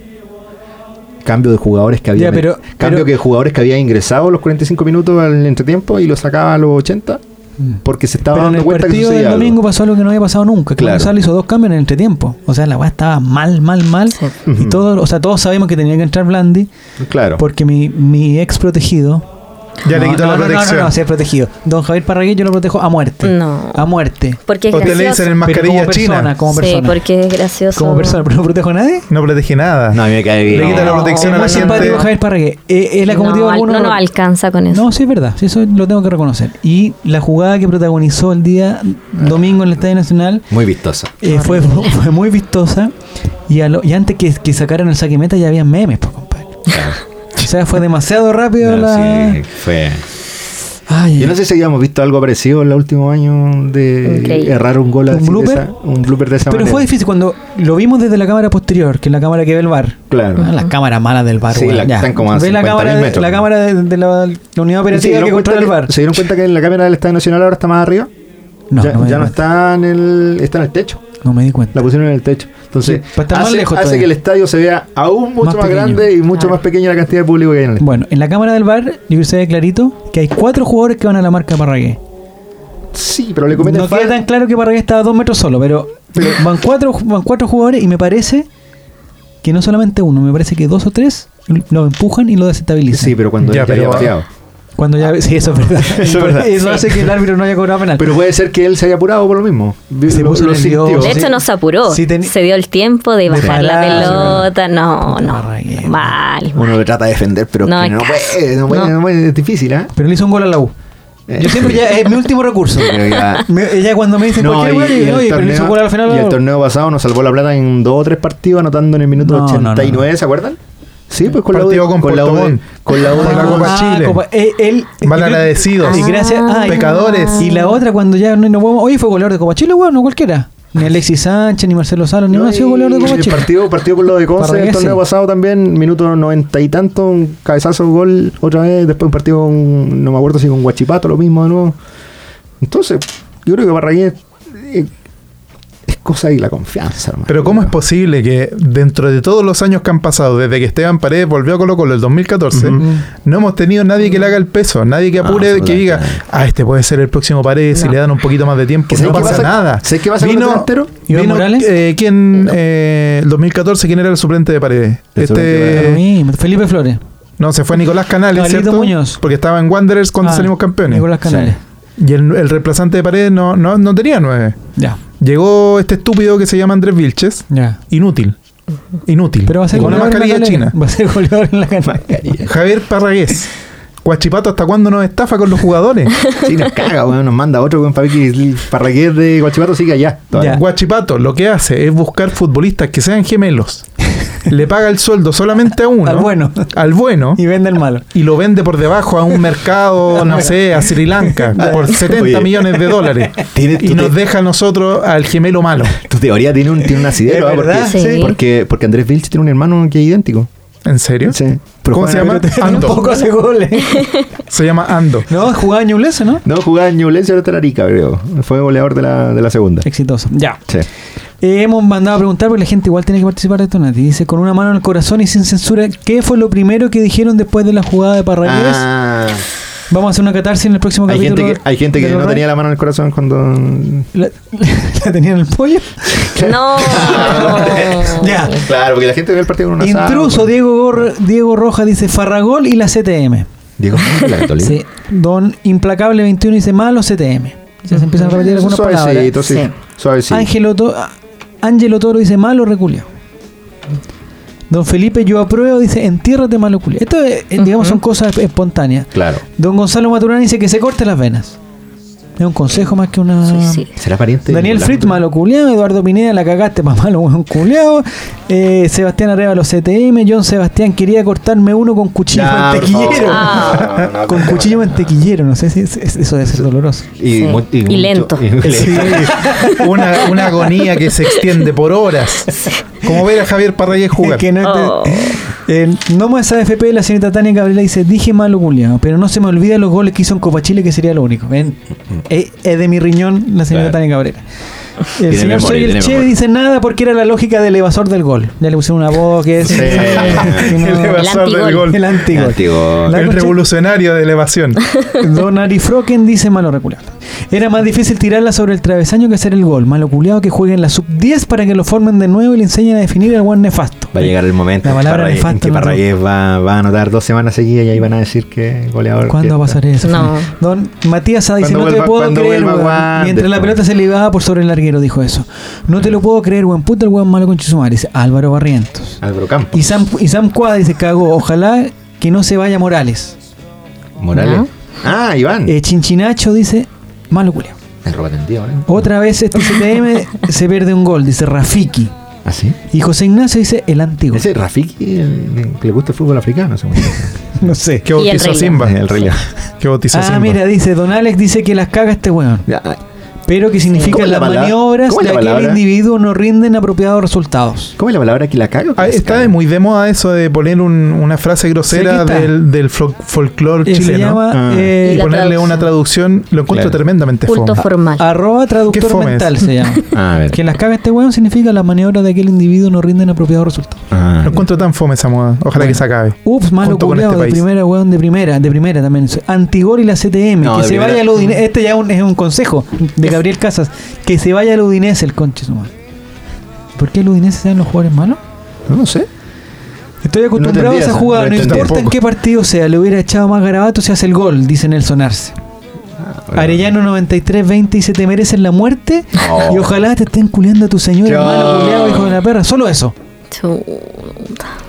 S5: Cambio de jugadores que había
S1: Ya, pero-
S5: cambio
S1: pero-
S5: que de jugadores que había ingresado a los 45 minutos al entretiempo y lo sacaba a los 80
S1: Mm.
S5: porque se estaba
S1: Pero en
S5: dando
S1: el
S5: cuenta que
S1: partido del
S5: sucedía algo.
S1: domingo pasó algo que no había pasado nunca. Que
S5: Claro.
S1: Gonzalo hizo dos cambios en el entretiempo. O sea, la weá estaba mal, mal, mal.
S4: Sí.
S1: Y todo, o sea, todos sabíamos que tenía que entrar Blandi
S5: Claro.
S1: porque mi, mi ex protegido,
S3: Ya le
S1: No,
S3: quitó
S1: no,
S3: la
S1: no,
S3: protección.
S1: No, no, no, sí, es protegido. Don Javier Parragués yo lo protejo a muerte.
S4: No.
S1: A muerte.
S4: Porque es
S3: Usted le
S4: gracioso.
S3: dicen el
S1: Pero como
S3: mascarilla china.
S1: persona, como
S4: Sí,
S1: persona.
S4: porque es gracioso.
S1: como persona, pero no protejo a nadie.
S3: No protege nada.
S6: No, a mí me cae
S3: Le
S6: bien.
S3: quita la
S4: No.
S3: protección a
S1: Muy
S3: la
S1: simpático
S3: gente.
S1: Javier Parragués. Eh, Él ha cometido
S4: no, al-
S1: algunos
S4: no nos
S1: errores.
S4: alcanza con eso.
S1: No, sí, es verdad. Sí, eso lo tengo que reconocer. Y la jugada que protagonizó el día domingo en el Estadio Nacional
S6: Muy
S1: [laughs]
S6: vistosa.
S1: eh, fue, fue muy vistosa. Y, a lo- y antes que, que sacaran el saque meta ya había memes, pues, compadre. O sea, fue demasiado rápido
S6: No,
S1: la.
S6: sí, fue.
S1: Ay,
S5: Yo no sé si habíamos visto algo parecido en los últimos años de
S4: Increíble.
S5: errar un gol
S1: ¿Un
S5: así de
S1: blooper?
S5: esa- un blooper de esa
S1: Pero
S5: manera.
S1: fue difícil cuando lo vimos desde la cámara posterior, que es la cámara que ve el bar.
S5: Claro.
S1: Ah, las cámaras malas del bar.
S6: Sí,
S1: weón,
S6: la que
S1: ya.
S6: están como a
S1: Ve la
S6: 50.000
S1: cámara, de,
S6: metros.
S1: la cámara de, de la, la unidad
S5: ¿Y se
S1: operativa
S5: dieron
S1: que
S5: cuenta
S1: controla el
S5: que-
S1: bar.
S5: ¿Se dieron cuenta que en la cámara del Estadio Nacional ahora está más arriba?
S1: No,
S5: ya
S1: no
S5: no,
S1: me
S5: ya no
S1: di cuenta.
S5: está en el, está en el techo.
S1: No me di cuenta.
S5: La pusieron en el techo. Entonces,
S1: Sí, pues está más
S5: hace,
S1: lejos
S5: hace
S1: todavía.
S5: que el estadio se vea aún mucho
S1: Más
S5: más,
S1: pequeño.
S5: grande y mucho
S4: Claro.
S5: más pequeña la cantidad de público que hay en el estadio.
S1: Bueno, en la cámara del bar, yo creo que se ve clarito que hay cuatro jugadores que van a la marca Parragué.
S5: Sí, pero le cometen
S1: No queda
S5: falta.
S1: tan claro que Parragué estaba a dos metros solo, pero [laughs] van cuatro, van cuatro jugadores y me parece que no solamente uno, me parece que dos o tres lo empujan y lo desestabilizan.
S5: Sí, pero cuando
S3: Ya,
S5: ya,
S3: pero-
S5: haya pateado.
S1: Cuando ya. Sí, eso es verdad.
S5: [laughs] Eso es
S1: [laughs]
S5: verdad.
S1: Eso hace que el árbitro no haya cobrado penal.
S5: Pero puede ser que él se haya apurado por lo mismo.
S1: Se puso nervioso.
S4: De
S1: Sí.
S4: hecho, no se apuró.
S1: Sí, teni-
S4: se dio el tiempo de bajar la
S1: parar,
S4: pelota. No,
S1: Puta
S4: no.
S1: Parragué.
S4: Mal, mal.
S7: Uno lo trata de defender, pero
S4: No,
S7: que
S4: es
S7: no,
S4: caso.
S7: puede, no puede,
S4: No.
S7: no puede. ¿ah?
S5: Es difícil, ¿eh?
S1: Pero le hizo un gol a la U. Yo siempre ya es mi último
S5: [laughs]
S1: recurso.
S7: Pero ya-
S1: Me- ella cuando me dice
S5: No,
S1: cualquier
S5: y,
S1: weá, yo
S5: y
S1: digo,
S5: el
S1: oye, pero le hizo un gol al final.
S5: torneo, y el torneo pasado nos salvó la plata en dos o tres partidos, anotando en el minuto
S1: No, no, no.
S5: 89, ¿se acuerdan? Sí, pues con la U.
S3: Partido
S5: de-
S3: con
S5: la U.
S3: Puerto
S5: de-
S3: Montt.
S5: Con la U. de-
S1: Ah,
S3: la Copa Chile.
S1: eh, él,
S3: Malagradecidos.
S1: Y gracias. ah, y-
S3: Pecadores.
S1: Y la otra, cuando ya no, no podemos. Oye, fue goleador de Copa Chile, weón, no cualquiera. Ni Alexis Sánchez, ni Marcelo Sala, ni uno ha sido
S5: y-
S1: goleador de Copa
S5: y el
S1: Chile.
S5: partido, partido con lo de Conce
S1: Parragués,
S5: el torneo
S1: sí.
S5: pasado también, minuto noventa y tanto, un cabezazo, gol otra vez, después un partido con, no me acuerdo si con Guachipato, lo mismo de nuevo. Entonces, yo creo que Barragués eh, es cosa de la confianza, hermano.
S3: Pero ¿cómo es posible que dentro de todos los años que han pasado, desde que Esteban Paredes volvió a Colo Colo el 2014, no hemos tenido nadie que le haga el peso, nadie que apure, que diga, ah, este puede ser el próximo Paredes, si le dan un poquito más de tiempo,
S5: ¿Que sabes
S3: no
S5: qué
S3: pasa
S5: pasa-
S3: nada.
S5: sabes qué pasa con el delantero?
S1: ¿Iván
S3: vino,
S1: Morales?
S3: eh, ¿Quién, eh, el 2014, quién era el suplente de Paredes?
S5: El
S1: A
S3: Este,
S1: mí, Felipe Flores.
S3: no, se fue Nicolás Canales,
S1: Carlito
S3: ¿cierto?
S1: Muñoz.
S3: Porque estaba en Wanderers cuando
S1: Ah,
S3: salimos campeones.
S1: Nicolás Canales.
S3: Y el, el reemplazante de Paredes no, no, no tenía nueve.
S1: Ya,
S3: Llegó este estúpido que se llama Andrés Vilches.
S1: ya.
S3: Inútil. Inútil.
S1: Pero va a ser
S3: Con una
S1: goleador en la
S3: mascarilla
S1: galera.
S3: china.
S1: Va a ser goleador en la cancha.
S3: [laughs] Javier Parragués. Guachipato, ¿hasta cuándo nos estafa con
S1: [laughs]
S3: los jugadores?
S5: Sí, nos caga, weón, nos manda otro, weón, para ver que el Barragués de Guachipato sigue allá. todavía.
S1: Ya.
S3: Guachipato lo que hace es buscar futbolistas que sean gemelos. Le paga el sueldo solamente a uno.
S1: Al bueno.
S3: Al bueno.
S1: Y vende el malo.
S3: Y lo vende por debajo a un
S1: [laughs]
S3: mercado, no sé, a Sri Lanka, por 70
S7: Oye.
S3: millones de dólares.
S7: Tiene-
S3: Y
S7: tú
S3: nos
S7: te-
S3: deja a nosotros al gemelo malo.
S7: Tu teoría tiene un, tiene un asidero,
S1: [laughs] Es
S7: ¿ah? porque,
S1: verdad,
S4: sí.
S7: porque, porque Andrés Vilch tiene un hermano que es idéntico.
S3: ¿En serio?
S7: Sí. Pero
S3: ¿Cómo
S7: juega
S3: se
S7: en
S3: llama? Ando.
S1: Tampoco hace goles.
S3: [laughs] Se llama
S1: [laughs]
S3: Ando.
S1: No, jugaba en Ñublense, ¿no?
S5: No, jugaba en Ñublense, ahora está en Arica, creo. Fue goleador de la, de la segunda.
S1: Exitoso. Ya.
S5: Sí.
S1: Eh, hemos mandado a preguntar porque la gente igual tiene que participar de esto, Nati. Dice, con una mano en el corazón y sin censura, ¿qué fue lo primero que dijeron después de la jugada de Parragués?
S5: Ah,
S1: Vamos a hacer una catarsis en el próximo
S5: hay gente
S1: capítulo.
S5: que, hay gente que
S1: de
S5: no
S1: los
S5: tenía la mano en el corazón cuando...
S1: rayos. La, [laughs] la tenía en el pollo.
S4: No.
S1: [laughs] ya.
S5: Claro, porque la gente ve el partido con una pues.
S1: Intruso, Diego, Gor- Diego Roja dice Farragol y la CTM.
S5: Diego, la
S1: [laughs]
S5: Católica.
S1: Sí. Don Implacable 21 dice malo CTM. Ya se empiezan a repetir algunas palabras.
S5: Suavecito, sí.
S4: Sí.
S5: Suavecito.
S1: Ángelo To- Ángelo Toro dice malo reculio. Don Felipe, yo apruebo, dice entiérrate malo culio. Esto, es, eh, digamos, son cosas esp- espontáneas.
S5: Claro.
S1: Don Gonzalo Maturana dice que se corte las venas. Es un consejo más que una.
S4: Suicidio.
S5: ¿Será pariente? de
S1: Daniel
S5: Nicolás?
S1: Fritz, malo culeado. Eduardo Pineda, la cagaste, más malo, weón culeado. Eh, Sebastián Areva, los CTM. John Sebastián, quería cortarme uno con cuchillo
S5: Ya, por
S1: mantequillero.
S5: favor.
S4: Ah.
S5: No, no, no,
S1: con
S5: no, no.
S1: cuchillo mantequillero, no sé si es- es- eso debe ser doloroso.
S5: Y,
S4: Sí.
S5: mu-
S4: Y
S5: mucho-
S4: lento.
S5: y lento.
S3: Sí, una, una agonía que se extiende por horas. Como ver a Javier Parragués jugar.
S1: Que no te- eh,
S4: Oh.
S1: El Nomo es AFP, la señorita Tania Gabriela dice, dije malo culiao, pero no se me olvida los goles que hizo en Copa Chile, que sería lo único. Ven, es es de mi riñón la señorita Tania Gabriela. El
S7: Tiene
S1: señor
S7: memoria,
S1: Soy el
S7: tiene
S1: Che
S7: memoria.
S1: dice nada porque era la lógica del evasor del gol. Ya le pusieron una voz [laughs] que es...
S5: Sí.
S1: que
S4: [laughs]
S1: no-
S3: El evasor del
S4: Eh, antigol.
S3: gol.
S1: el antiguo.
S7: Antiguo.
S1: La
S3: El
S1: concha-
S3: revolucionario de elevación.
S1: Don Ari Froken dice malo reculeado. Era más difícil tirarla sobre el travesaño que hacer el gol. Malo culiao que jueguen la sub 10 para que lo formen de nuevo y le enseñen a definir el buen nefasto.
S7: Va a llegar el momento
S1: La
S7: en que
S1: palabra
S7: Parragués- en
S1: nefasta
S7: que
S1: no-
S7: Parragués
S5: Va, va a anotar dos semanas seguidas y ahí van a decir que goleador.
S1: ¿Cuándo va a pasar eso?
S4: No.
S1: Don Matías Sada dice, no
S5: Cuando
S1: te
S5: vuelva-
S1: puedo
S5: cuando
S1: creer,
S5: vuelva
S1: weón".
S5: Wander,
S1: Mientras la
S5: weón.
S1: pelota se le iba por sobre el larguero, dijo eso. No te lo puedo creer, buen puta el weón malo con Chisumar, dice Álvaro Barrientos.
S5: Álvaro Campo.
S1: Y Sam, y Sam Cuadra dice, cagó, ojalá que no se vaya Morales.
S5: Morales.
S4: No.
S5: Ah,
S7: Mm.
S5: Iván.
S1: Eh, Chinchinacho dice, malo culeo.
S5: En ropa tendida, ¿no?
S1: Otra vez
S5: [laughs]
S1: este CTM se pierde un gol, dice Rafiki.
S5: ¿Ah, sí?
S1: Y José Ignacio dice, el antiguo.
S5: Ese Rafiki, el- el que le gusta el fútbol africano. según
S1: [laughs]
S5: yo.
S1: No sé.
S3: Que
S4: Y el
S3: bautizó
S4: rey
S3: Simba.
S5: El rey León.
S3: Que bautizó
S1: Ah,
S3: Simba.
S1: mira, dice, Don Alex dice que las caga este weón.
S5: Ya, ah,
S1: Pero que significa
S5: ¿Cómo es
S1: las
S5: la palabra?
S1: maniobras
S5: ¿Cómo es
S1: de
S5: la
S1: aquel
S5: palabra?
S1: individuo no rinden apropiados resultados.
S5: ¿Cómo es la palabra que la cago?
S3: Ah, está de muy de moda eso de poner un- una frase grosera
S1: Sí, aquí está.
S3: del, del fol- folclore
S1: Eh, se
S3: chileno
S1: llama
S5: Ah.
S1: eh,
S3: y
S4: Y la
S3: ponerle
S4: traducción.
S3: una traducción. Lo encuentro
S5: Claro.
S3: tremendamente
S4: Culto
S3: fome.
S4: formal.
S1: arroba traductor
S3: fome es?
S1: mental se
S5: [laughs]
S1: llama.
S5: Ah, a ver.
S1: que las caga este weón significa las maniobras de aquel individuo no rinden apropiados resultados.
S5: Ah,
S3: Lo encuentro tan fome esa moda. Ojalá que se acabe.
S1: Ups, malo
S3: Junto con
S1: culiado
S3: este
S1: de
S3: país.
S1: primera, weón, de primera, de primera también. Antigol y la CTM,
S5: No,
S1: que
S5: de
S1: se
S5: primera.
S1: vaya al Udinese. Este ya un- es un consejo de Gabriel Casas, que se vaya al Udinese el conche su madre. ¿Por qué el Udinese sean los jugadores malos?
S5: no, no sé.
S1: Estoy acostumbrado
S5: entendí
S1: a esa
S5: esa,
S1: jugada,
S5: no
S1: no,
S5: entendí.
S1: importa en
S3: Tampoco.
S1: qué partido sea, le hubiera echado más garabato si hace el gol, dice Nelson Arce.
S5: Ah,
S1: Arellano 93, 20 y se te merecen la muerte. Y ojalá te estén culiando a tu señora,
S5: Chao.
S1: hermano, culiado, hijo de la perra. Solo eso.
S4: Chu-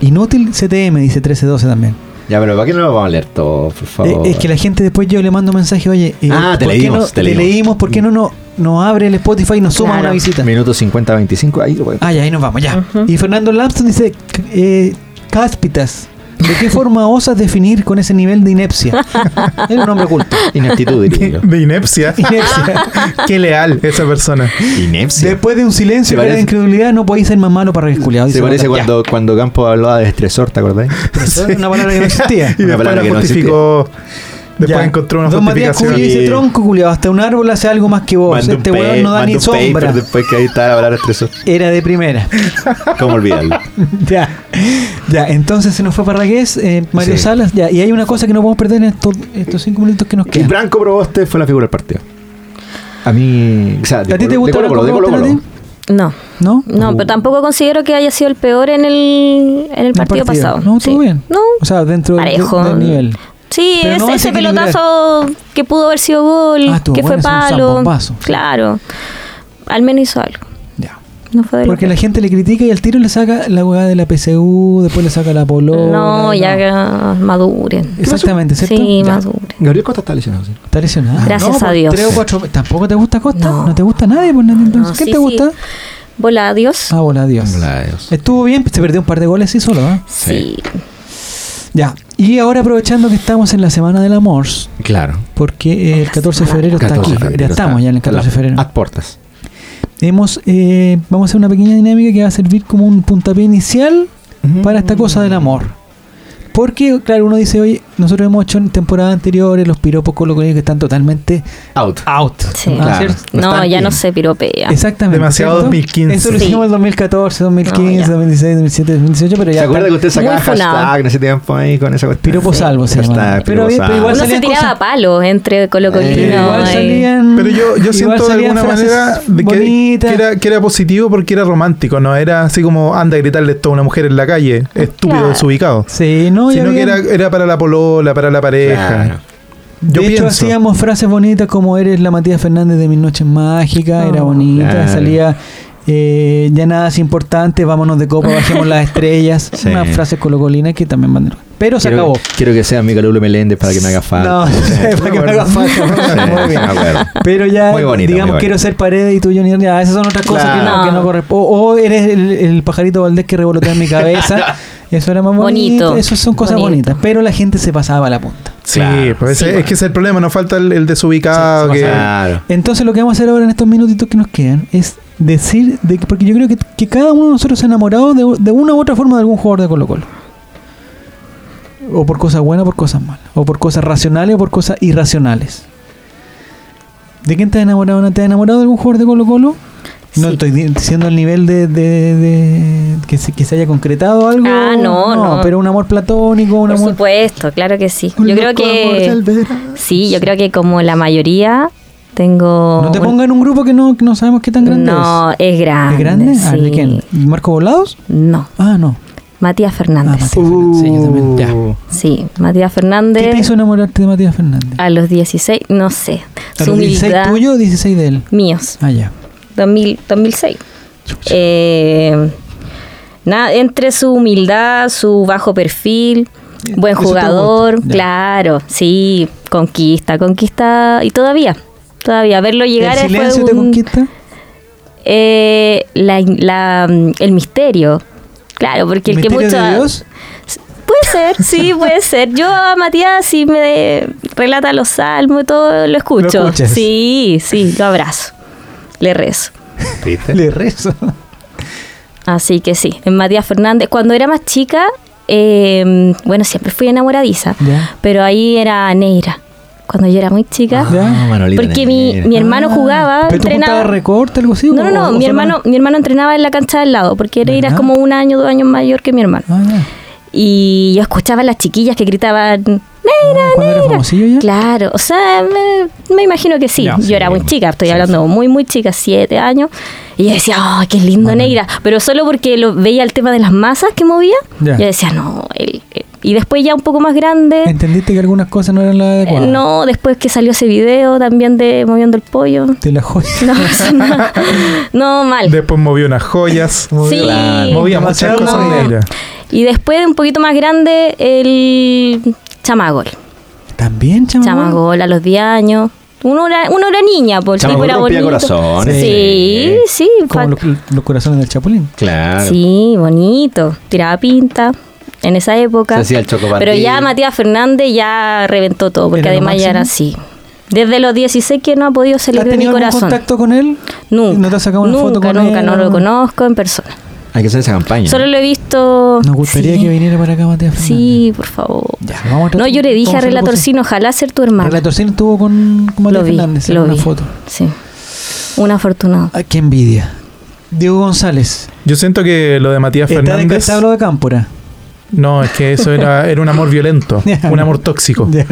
S1: Inútil CTM, dice 1312 también.
S5: Ya, pero ¿para qué no lo vamos a leer todo, por
S1: Eh,
S5: favor?
S1: es que la gente después yo le mando mensaje, oye, eh,
S5: Ah, te
S1: ¿por qué
S5: leímos,
S1: no-
S5: te leímos.
S1: ¿por qué no nos no abre el Spotify y nos suma
S4: Claro.
S1: una visita?
S5: Minuto 50-25, ahí lo voy a-
S1: Ah, ya, ahí nos vamos, ya.
S4: Ujú.
S1: Y Fernando Lampson dice, c- eh, cáspitas, ¿de qué forma osas definir con ese nivel de
S4: [laughs]
S1: inepcia? Era un hombre oculto. [laughs]
S5: Ineptitud, diría yo.
S3: De inepcia.
S5: [laughs]
S1: Inepcia.
S3: Qué leal esa persona.
S5: Inepcia.
S1: Después de un silencio
S5: Se
S1: que era de
S5: parece-
S1: incredulidad, no podéis ser más malo para reculeado.
S5: Se parece cuando, cuando Campo hablaba de estresor, ¿te acordás?
S1: Una palabra que no existía.
S3: [laughs] Y
S5: Una
S3: después
S5: palabra
S3: la
S5: que no
S3: justificó. después
S1: Ya.
S3: encontró una
S1: Don Matías
S3: justificación.
S1: Cubillo dice
S5: Sí.
S1: tronco, culiado. Hasta un árbol hace algo más que vos.
S5: Manda un
S1: este
S5: pa-
S1: weón no da
S5: manda
S1: ni
S5: un paper
S1: sombra.
S5: Después que ahí estaba la palabra estresor.
S1: Era de primera.
S5: ¿Cómo olvidarlo?
S1: [laughs] ya. Ya, entonces se nos fue Parragués, eh, Mario
S5: Sí.
S1: Salas. Ya. Y hay una cosa que no podemos perder en estos, estos cinco minutos que nos
S5: Que
S1: quedan.
S5: Branco Proboste fue la figura del partido. A mí. O sea, de
S1: ¿A ti te
S5: Colo-
S1: gusta
S5: de
S1: Branco
S5: Colo-Colo, de
S1: Proboste,
S5: Colo-Colo.
S1: Nati?
S4: No,
S1: ¿No?
S4: no, pero tampoco considero que haya sido el peor en el, en el partido, pasado.
S1: No, todo
S4: Sí.
S1: bien.
S4: No,
S1: O sea, dentro del-
S4: Parejo.
S1: del nivel.
S4: Sí,
S1: Pero
S4: es-
S1: no
S4: ese
S1: desequilibrar.
S4: pelotazo que pudo haber sido gol,
S1: Ah, estuvo
S4: que fue
S1: bueno, es un
S4: palo.
S1: zambombazo.
S4: Claro. Al menos hizo algo.
S1: Ya.
S4: No fue de lo
S1: Porque la
S4: peor.
S1: gente le critica y al tiro le saca la hueá de la PCU, después le saca la polo.
S4: No, ya que maduren.
S1: Exactamente, ¿cierto?
S4: Sí,
S1: Ya.
S4: maduren.
S5: Gabriel Costa está lesionado, sí.
S1: Está lesionada.
S4: Gracias
S1: No,
S4: a
S1: por
S4: Dios.
S1: Tres o cuatro. ¿Tampoco te gusta Costa? No,
S4: No.
S1: te gusta nadie, pues, Nati, entonces.
S4: No,
S1: ¿Quién
S4: sí,
S1: te
S4: sí.
S1: gusta?
S4: Bola, Dios.
S1: Ah, bola, Dios. Estuvo bien, se perdió un par de goles, sí, solo, ¿eh?
S4: Sí.
S1: Ya. Y ahora aprovechando que estamos en la semana del amor,
S5: Claro.
S1: porque eh, el 14 de febrero Este- está
S5: 14
S1: aquí.
S5: de febrero
S1: ya
S5: está.
S1: estamos ya en el 14 de febrero.
S5: Ad portas.
S1: Hemos, eh, vamos a hacer una pequeña dinámica que va a servir como un puntapié inicial para
S3: Mm.
S1: esta cosa del amor. Porque, claro, uno dice, oye, nosotros hemos hecho en temporadas anteriores los piropos coloquiales que están totalmente
S5: Out.
S1: out.
S4: Sí.
S1: Ah,
S5: Claro.
S1: ¿cierto?
S5: No
S4: No,
S5: están
S4: ya no
S5: bien.
S4: se piropea.
S1: Exactamente.
S3: Demasiado
S1: ¿cierto?
S3: 2015.
S1: Eso lo hicimos
S4: Sí.
S1: en 2014, 2015,
S4: No, ya.
S1: 2016, 2017, 2018, pero
S5: ¿Se
S1: ya.
S5: acuerda que
S1: está-
S5: usted sacaba
S4: Muy funado.
S5: hashtag en ese tiempo ahí con esa cuestión?
S1: Piropo salvo se
S5: Hashtag,
S1: llamaba. Pero
S5: piropo
S1: bien, pero igual
S5: salvo.
S4: Uno se
S1: salían
S4: tiraba
S1: cosas-
S4: palos entre Colo Colo y
S5: Eh,
S4: Tino,
S1: Igual
S4: eh.
S1: salían.
S3: Pero yo, yo
S1: igual
S3: siento de
S1: salían
S3: alguna
S1: frases
S3: manera de que,
S1: bonitas.
S3: que era, que era positivo porque era romántico, no era así como anda a gritarle esto a una mujer en la calle, estúpido
S4: Claro.
S3: desubicado.
S1: Sí, no, y
S3: sino que
S1: habían-
S3: era,
S5: eh,
S3: era para la polola, para la pareja.
S5: Claro.
S3: Yo
S1: de
S3: pienso.
S1: hecho, hacíamos frases bonitas como eres la Matías Fernández de Mis Noches Mágicas, era
S4: Oh.
S1: bonita,
S5: Ah, Claro.
S1: salía eh, ya nada es importante, vámonos de copa, bajemos las estrellas.
S5: [laughs] Sí.
S1: Unas frases colocolinas que también van de- Pero se
S5: Quiero,
S1: acabó.
S5: quiero que sea mi Calulo Meléndez para que me haga falta.
S1: No, [laughs] para que me haga falta. Muy bien. Pero ya,
S5: Muy bonito,
S1: digamos,
S5: muy bonito.
S1: quiero ser paredes y tú, Johnny, ya, esas son otras cosas que, no,
S4: Claro.
S1: que no corresponden. O, o eres el, el pajarito Valdés que revolotea en mi
S5: [laughs]
S1: cabeza. Eso era más bonito.
S4: Bonito.
S1: Esas son cosas
S4: Bonito.
S1: bonitas. Pero la gente se pasaba la punta.
S3: Sí,
S5: Claro.
S3: pues ese-
S4: Sí,
S3: es que ese es el problema, no falta el, el desubicado.
S1: Sí, se
S3: que-
S5: Claro.
S1: Entonces lo que vamos a hacer ahora en estos minutitos que nos quedan es decir, de, porque yo creo que, que cada uno de nosotros se ha enamorado de, de una u otra forma de algún jugador de Colo Colo. O por cosas buenas o por cosas malas. O por cosas racionales o por cosas irracionales. ¿De quién te has enamorado? ¿No te has enamorado de algún jugador de Colo Colo? No
S4: Sí.
S1: estoy di- diciendo el nivel de, de- de- que, se, que se haya concretado algo.
S4: Ah, no, no.
S1: Pero un amor platónico, un
S4: Por
S1: amor...
S4: supuesto, claro que sí. Yo creo que. Sí, yo creo que como la mayoría tengo.
S1: No te
S4: un-
S1: pongas en un grupo que no, que no sabemos qué tan grande
S4: No,
S1: es.
S4: es grande.
S1: ¿Es grande? Ah, ¿De
S4: sí.
S1: quién? ¿Marco Volados?
S4: No,
S1: Ah, no.
S4: Matías
S1: Ah,
S4: Fernández.
S1: Matías Fernández. Sí, yo también. Ya.
S4: Uh. Sí, Matías
S1: ¿Qué te
S4: Fernández.
S1: hizo enamorarte de Matías Fernández?
S4: A los 16, no sé.
S1: ¿A
S4: su
S1: los 16
S4: Ah, humildad.
S1: tuyo o 16 de él?
S4: Míos.
S1: Ah, ya.
S4: 2000, 2006. Eh, nada, entre su humildad, su bajo perfil, buen
S1: Eso te
S4: jugador,
S1: gusta, ya.
S4: claro, sí, conquista, conquista y todavía, todavía verlo llegar
S1: ¿El
S4: fue
S1: silencio te
S4: un-
S1: conquista?
S4: eh, la, la- el misterio. Claro, porque el, que
S1: ¿Misterio
S4: mucho.
S1: de Dios?
S4: Puede
S1: [laughs]
S4: ser, sí, puede ser. Yo a Matías, si me relata los salmos y todo, lo escucho.
S1: escuchas.
S4: sí, sí, lo abrazo. le rezo.
S8: ¿Viste?
S1: Le rezo.
S4: Así que sí, en Matías Fernández. Cuando era más chica, eh, bueno, siempre fui enamoradiza,
S1: Ya. Ah,
S4: pero ahí era Neira, cuando yo era muy chica.
S1: Ya.
S5: Manolita
S4: Porque mi,
S5: Neira.
S4: Ah. mi hermano
S1: Ah,
S4: jugaba,
S1: ¿Pero tú
S4: entrenaba.
S1: juntabas recorte algo así?
S4: No, no,
S1: o- o
S4: no, mi
S1: solo-
S4: hermano, mi hermano entrenaba en la cancha del lado, porque Neira es
S1: ¿Verdad?
S4: como un año, dos años mayor que mi hermano.
S1: Ah, ya.
S4: Y yo escuchaba a las chiquillas que gritaban, Neira,
S1: Ah, ¿Cuándo era
S4: Neira".
S1: famosillo ya?
S4: Claro, o sea, me, me imagino que sí.
S5: Ya,
S4: yo
S5: sí,
S4: era muy
S5: sí,
S4: chica, estoy
S5: sí,
S4: hablando muy, muy chica, siete años. Y yo decía, oh, qué lindo Neira. Pero solo porque lo, veía el tema de las masas que movía,
S1: Ya.
S4: yo decía, no, él, él". Y después ya un poco más grande,
S1: ¿Entendiste que algunas cosas no eran las
S4: eh,
S1: adecuadas?
S4: no, después que salió ese video también de Moviendo el Pollo. [laughs]
S1: Te la joya.
S4: No, no, no, mal.
S3: Después movió unas joyas.
S4: Sí.
S3: Movía muchas
S1: Demasiado
S3: cosas
S1: movida.
S3: negras.
S4: Y después, un poquito más grande, el Chamagol.
S1: ¿También, chamo?
S4: Chamagol a los 10 años. Uno era, uno era niña, por el tipo
S5: Chamagol
S4: era
S5: rompía
S4: bonito.
S5: corazones.
S4: Sí, sí.
S1: Como
S4: fa-
S1: lo- los corazones del Chapulín.
S5: Claro.
S4: Sí, bonito. Tiraba pinta en esa época.
S5: Se hacía el chocopantín.
S4: Pero ya Matías Fernández ya reventó todo, porque
S1: ¿Era lo
S4: además ya era así. Desde los 16 que no ha podido salir
S1: ¿Has
S4: de mi
S1: tenido algún
S4: corazón.
S1: contacto con él?
S4: Nunca.
S1: ¿No te has sacado una
S4: nunca,
S1: foto con
S4: nunca,
S1: él?
S4: no lo conozco en persona.
S5: Hay que hacer esa campaña.
S4: Solo lo he visto.
S1: Nos gustaría
S4: Oh, Sí,
S1: que viniera para acá Matías Fernández.
S4: Sí, por favor.
S1: Ya, vamos a tratar-
S4: No, yo le dije
S1: ¿cómo
S4: a
S1: se lo
S4: Relatorcino, ojalá ser tu
S1: puse?
S4: hermano.
S1: Relatorcino estuvo con, con Matías
S4: lo vi,
S1: Fernández en
S4: lo
S1: una
S4: vi.
S1: foto.
S4: Sí. Un afortunado.
S1: Ay, qué envidia. Diego González.
S3: Yo siento que lo de Matías
S1: Está
S3: Fernández.
S1: descartado lo de Cámpora.
S3: No, es que eso era, era un
S1: [laughs]
S3: amor violento,
S1: Ya.
S3: un amor tóxico.
S1: [laughs] Ya.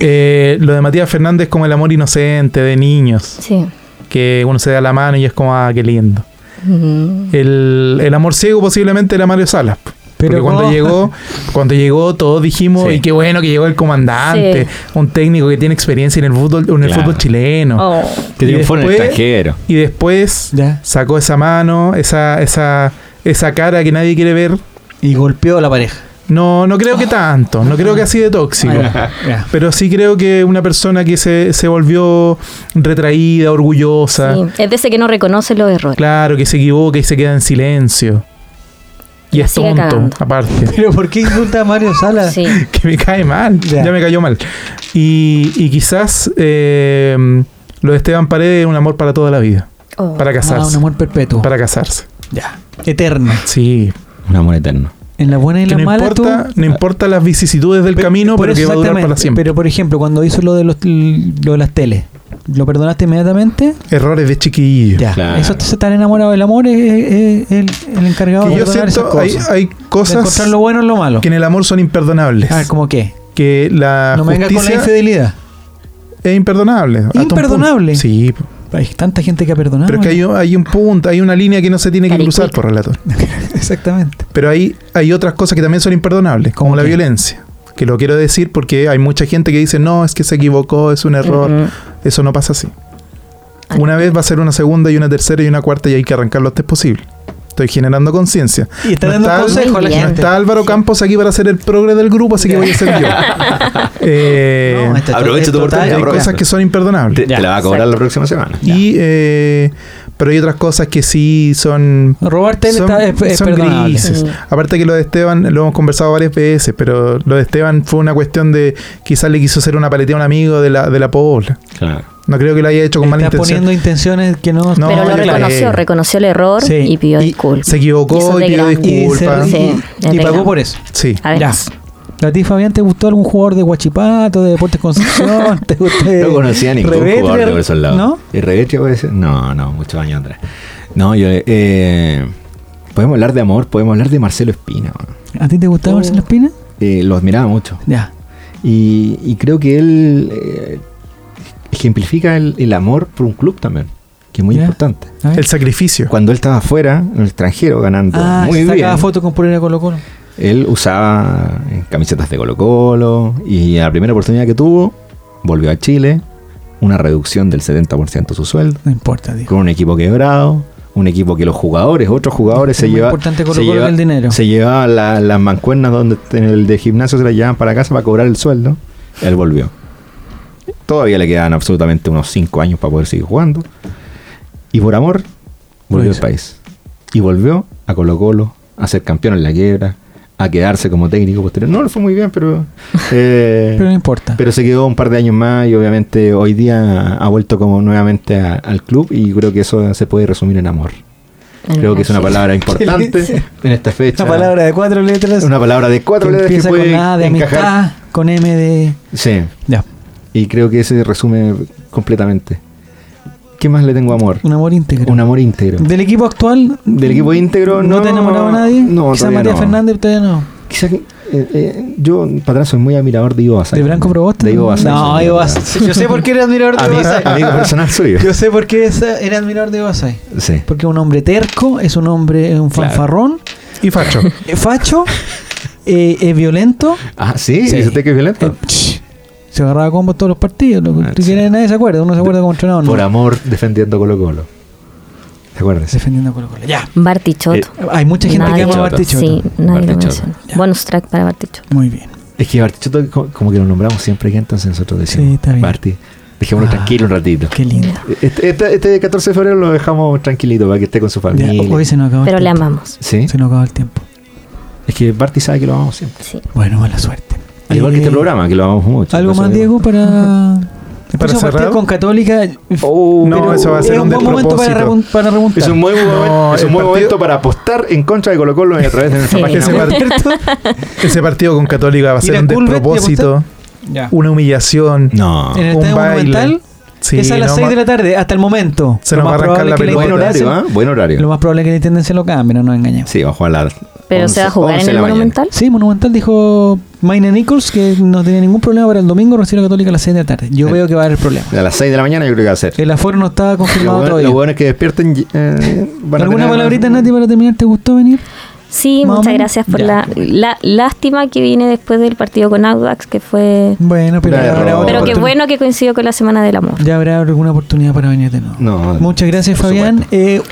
S3: Eh, lo de Matías Fernández como el amor inocente de niños,
S4: Sí.
S3: que uno se da la mano y es como, ah, qué lindo.
S4: Mm.
S3: El, el amor ciego posiblemente era Mario Salas. Pero
S1: Pero
S3: cuando
S1: no.
S3: llegó, cuando llegó todos dijimos,
S5: Sí.
S3: y qué bueno que llegó el comandante,
S4: Sí.
S3: un técnico que tiene experiencia en el fútbol, en el
S5: Claro.
S3: fútbol chileno.
S4: Oh.
S5: Que
S3: Y
S5: triunfó en el
S3: después-
S5: extranjero.
S3: Y después
S1: Ya.
S3: sacó esa mano, esa, esa, esa cara que nadie quiere ver.
S1: Y golpeó a la pareja.
S3: No, no creo que tanto, no creo que así de tóxico.
S1: Ah, ya, ya.
S3: Pero sí creo que una persona que se, se volvió retraída, orgullosa,
S4: Sí, Es de ese que no reconoce los errores.
S3: claro, que se equivoca y se queda en silencio. Y
S4: La
S3: es
S4: sigue
S3: tonto,
S4: cagando.
S3: aparte. [laughs]
S1: Pero ¿por qué insulta a Mario Ah, Sala?
S4: Sí.
S3: que me cae mal,
S1: Ya.
S3: ya, me cayó mal. Y, y quizás eh, lo de Esteban Paredes es un amor para toda la vida,
S4: Oh.
S3: para
S1: Ah, un
S3: casarse.
S1: amor perpetuo.
S3: para casarse.
S1: Ya. Eterno.
S3: Sí,
S5: Un amor eterno.
S1: En la buena y en
S3: que
S1: la
S3: no
S1: mala
S3: importa,
S1: tú.
S3: no importa las vicisitudes del
S1: Pe-
S3: camino,
S1: por
S3: pero
S1: eso
S3: que va a durar para
S1: exactamente.
S3: siempre.
S1: Pero por ejemplo, cuando hizo lo de, los, lo de las teles, ¿lo perdonaste inmediatamente?
S3: Errores de chiquillo.
S1: Ya.
S5: Claro.
S1: Eso se están enamorados del amor, es, es- es el, el encargado
S3: Que
S1: de
S3: yo
S1: perdonar esas
S3: siento hay,
S1: cosas.
S3: hay
S1: de
S3: cosas
S1: encontrar lo bueno en lo malo.
S3: que en el amor son imperdonables.
S1: A ver, ¿cómo qué?
S3: que la
S1: no me vengas con la
S3: justicia
S1: infidelidad.
S3: es imperdonable. hasta un
S1: ¿Imperdonable?
S3: punto. Sí, po.
S1: Hay tanta gente que ha perdonado.
S3: pero es que hay, un- hay un punto, hay una línea que no se tiene que
S4: Caricuica.
S3: cruzar por relator.
S1: Exactamente.
S3: Pero hay, hay otras cosas que también son imperdonables, como
S1: ¿Cómo
S3: la
S1: qué?
S3: violencia. Que lo quiero decir porque hay mucha gente que dice, no, es que se equivocó, es un error.
S4: Ujú.
S3: Eso no pasa así.
S4: Ay.
S3: Una vez va a ser una segunda y una tercera y una cuarta y hay que arrancar lo antes posible. Estoy generando conciencia.
S1: Y está
S3: No
S1: dando
S3: está-
S1: consejos a la
S4: Muy bien.
S3: No
S1: gente.
S3: está Álvaro Campos aquí para ser el progre del grupo, así que voy a
S4: [laughs]
S3: ser yo. Eh,
S1: No, esto-
S5: Aprovecha
S1: esto
S5: tu
S1: es
S5: oportunidad,
S3: hay
S1: total-
S5: aprovecha.
S3: cosas que son imperdonables.
S5: Te, te la va a cobrar la próxima semana.
S3: Y, eh, pero hay otras cosas que sí son,
S1: Robarte
S3: son,
S1: está, es, es
S3: son
S1: perdonable.
S3: grises.
S4: Mm.
S3: Aparte que lo de Esteban, lo hemos conversado varias veces, pero lo de Esteban fue una cuestión de quizás le quiso hacer una paletea a un amigo de la, de la pobla.
S5: Claro.
S3: No creo que lo haya hecho con mala
S1: Está
S3: intención.
S1: poniendo intenciones que no...
S3: No,
S4: Pero lo
S3: yo creo
S4: reconoció,
S3: que-
S4: reconoció el error
S1: Sí.
S4: y pidió
S1: Y
S4: disculpas.
S3: Se
S4: Y eso
S3: equivocó y,
S4: de
S3: pidió
S4: grande.
S1: y, se-
S3: disculpas.
S4: Sí,
S1: y- y
S4: es
S1: pagó
S4: verdad.
S1: por eso.
S3: Sí.
S4: Además.
S1: ¿A ti, Fabián, te gustó algún jugador de Guachipato, de Deportes
S5: [laughs]
S1: Concepción? ¿Te gustó
S5: No conocía a ningún
S1: Rebetre?
S5: jugador de esos lados.
S1: eh, ¿No?
S5: ¿Y Rebetre puede ser? No, no, muchos años atrás. No, yo. Eh, podemos hablar de amor, podemos hablar de Marcelo Espina. man.
S1: ¿A ti te
S5: Oh.
S1: gustaba Marcelo Espina?
S5: Eh, lo admiraba mucho.
S1: Ya.
S5: Y, y creo que él eh, ejemplifica el, el amor por un club también, que es muy
S1: Ya.
S5: importante.
S1: A ver.
S3: El sacrificio.
S5: Cuando él estaba afuera, en el extranjero, ganando
S1: Ah,
S5: muy
S1: se sacaba
S5: bien,
S1: foto con Polera Colo Colo.
S5: él usaba eh, camisetas de Colo Colo y a la primera oportunidad que tuvo, volvió a Chile, una reducción del 70% de su sueldo,
S1: No importa, digo.
S5: con un equipo quebrado, un equipo que los jugadores, otros jugadores
S1: Es
S5: se
S1: muy
S5: llevaban...
S1: importante Colo
S5: se
S1: Colo que el dinero.
S5: Se llevaban la- las mancuernas donde en el de gimnasio se las llevaban para casa para cobrar el sueldo. Él volvió. Todavía le quedaban absolutamente unos 5 años para poder seguir jugando. Y por amor, volvió al país. Y volvió a Colo Colo, a ser campeón en la quiebra, a quedarse como técnico posterior. No le fue muy
S1: [laughs]
S5: bien, pero. eh,
S1: Pero no importa.
S5: Pero se quedó un par de años más y obviamente hoy día ha vuelto como nuevamente a- al club y creo que eso se puede resumir en amor. Creo que es una
S1: [laughs]
S5: palabra importante en esta fecha.
S1: una palabra de cuatro letras.
S5: Una palabra de cuatro
S1: que
S5: letras que
S1: empieza
S5: puede
S1: con A de
S5: encajar.
S1: amistad, con M de.
S5: Sí,
S1: Ya.
S5: y creo que ese resume completamente. ¿Qué más le tengo amor?
S1: Un amor íntegro.
S5: Un amor íntegro.
S1: Del equipo actual.
S5: Del equipo íntegro no.
S1: ¿No te ha enamorado nadie?
S5: No,
S1: Quizás
S5: todavía
S1: Matías
S5: no.
S1: Fernández todavía no.
S5: Quizás eh, eh, yo para atrás soy muy admirador de Ivo Basay.
S1: ¿De Branco Proboste?
S5: De Ivo Basay,
S1: No,
S5: soy
S1: Ivo
S5: admirador. [laughs]
S1: Basay. Yo sé por qué era admirador de Ivo
S5: Amigo,
S1: Basay.
S5: amigo
S1: [laughs]
S5: personal suyo.
S1: Yo sé por qué esa- era admirador de Ivo Basay.
S5: Sí.
S1: Porque es un hombre terco, es un hombre, es un
S5: Claro.
S1: fanfarrón,
S3: Y
S4: [laughs]
S3: facho.
S1: es
S5: [laughs]
S1: facho, eh, es violento.
S5: Ah, sí,
S1: Sí.
S5: ¿Y usted que es violento.
S1: eh, ch, se agarraba a combos todos los partidos. Lo
S5: Ah,
S1: que
S5: sí.
S1: quiere, nadie se acuerda. Uno se acuerda como entrenador.
S5: Por
S1: no.
S5: amor defendiendo Colo Colo. ¿Te acuerdas?
S1: Defendiendo a Colo Colo. Ya.
S4: Bartichotto.
S1: Hay Eh, mucha gente que
S4: Nadie-
S1: ama a
S5: Bartichotto.
S1: Bartichotto.
S4: Sí, nadie lo
S5: Bartichotto.
S4: menciona.
S1: Ya.
S4: Bonus track para Bartichotto.
S1: Muy bien.
S5: Es que Bartichotto co- como que lo nombramos siempre aquí, entonces nosotros decimos.
S1: Sí, está bien.
S5: Barti, dejémoslo
S1: Ah.
S5: tranquilo un ratito.
S1: Qué lindo.
S5: Este, este, este 14 de febrero lo dejamos tranquilito para que esté con su
S1: Ya,
S5: familia.
S1: hoy se nos acabó.
S4: Pero
S1: el
S4: le
S1: tiempo.
S4: amamos.
S5: ¿Sí?
S1: Se nos acabó el tiempo.
S5: Es que Barti sabe que lo amamos siempre.
S4: Sí.
S1: Bueno, mala suerte.
S5: Al igual que
S1: Eh,
S5: este programa, que lo amamos mucho.
S1: ¿Algo
S5: Por eso
S1: más,
S5: digo.
S1: Diego,
S3: [laughs]
S1: para. Para
S3: cerrar?
S1: cerrar con Católica.
S3: no, eso va a ser
S1: Oh, es
S3: un
S1: un buen momento para,
S3: despropósito.
S1: remun- para remontar.
S5: Es un buen,
S3: No,
S5: momento, es
S3: el
S5: un buen
S3: partido-
S5: momento para apostar en contra de Colo Colo y a través de nuestra
S4: Sí.
S5: página
S3: Ese,
S5: web.
S4: [laughs]
S3: par- ese partido con Católica va a
S1: Ir
S3: ser
S1: a
S3: un
S1: Culver y
S3: despropósito,
S1: Ya.
S3: una humillación.
S5: No.
S1: En el
S3: un
S1: Estadio
S3: baile.
S1: Monumental
S3: Uh, Sí,
S1: es a las
S3: no
S1: 6
S3: ma-
S1: de la tarde, hasta el momento.
S3: Se
S1: Lo
S3: nos va
S1: más
S3: a arrancar
S1: probable
S3: la
S1: es que
S3: pelota.
S5: Buen horario,
S1: intendencia-
S5: ¿ah? Buen
S1: Lo
S5: horario.
S1: más probable es que la intendencia lo cambie, no nos engañemos.
S5: Sí, vamos a la.
S4: Pero se va a jugar en el Monumental.
S1: Sí, Monumental dijo Maine Nichols que no tenía ningún problema para el domingo recibe a Católica a las 6 de la tarde. Yo
S5: Sí.
S1: veo que va a haber problema.
S5: A las 6 de la mañana yo creo que va a ser.
S1: El aforo no estaba
S5: Lo
S1: confirmado
S5: bueno,
S1: todavía.
S5: lo bueno es que despierten. eh, van a
S1: ¿Alguna
S5: tener-
S1: palabrita, Nati, para terminar? ¿Te gustó venir?
S4: Sí,
S1: Más o
S4: muchas
S1: menos.
S4: gracias por
S1: Ya.
S4: la, la lástima que vine después del partido con Audax, que fue...
S1: Bueno, pero
S5: Una
S1: ya
S5: derrota.
S1: habrá otra
S4: Pero qué
S1: oportunidad.
S4: bueno que coincidió con la Semana del Amor.
S1: Ya habrá alguna oportunidad para venir de nuevo.
S5: No,
S1: Muchas gracias,
S5: por
S1: Fabián.
S5: supuesto.
S1: Eh,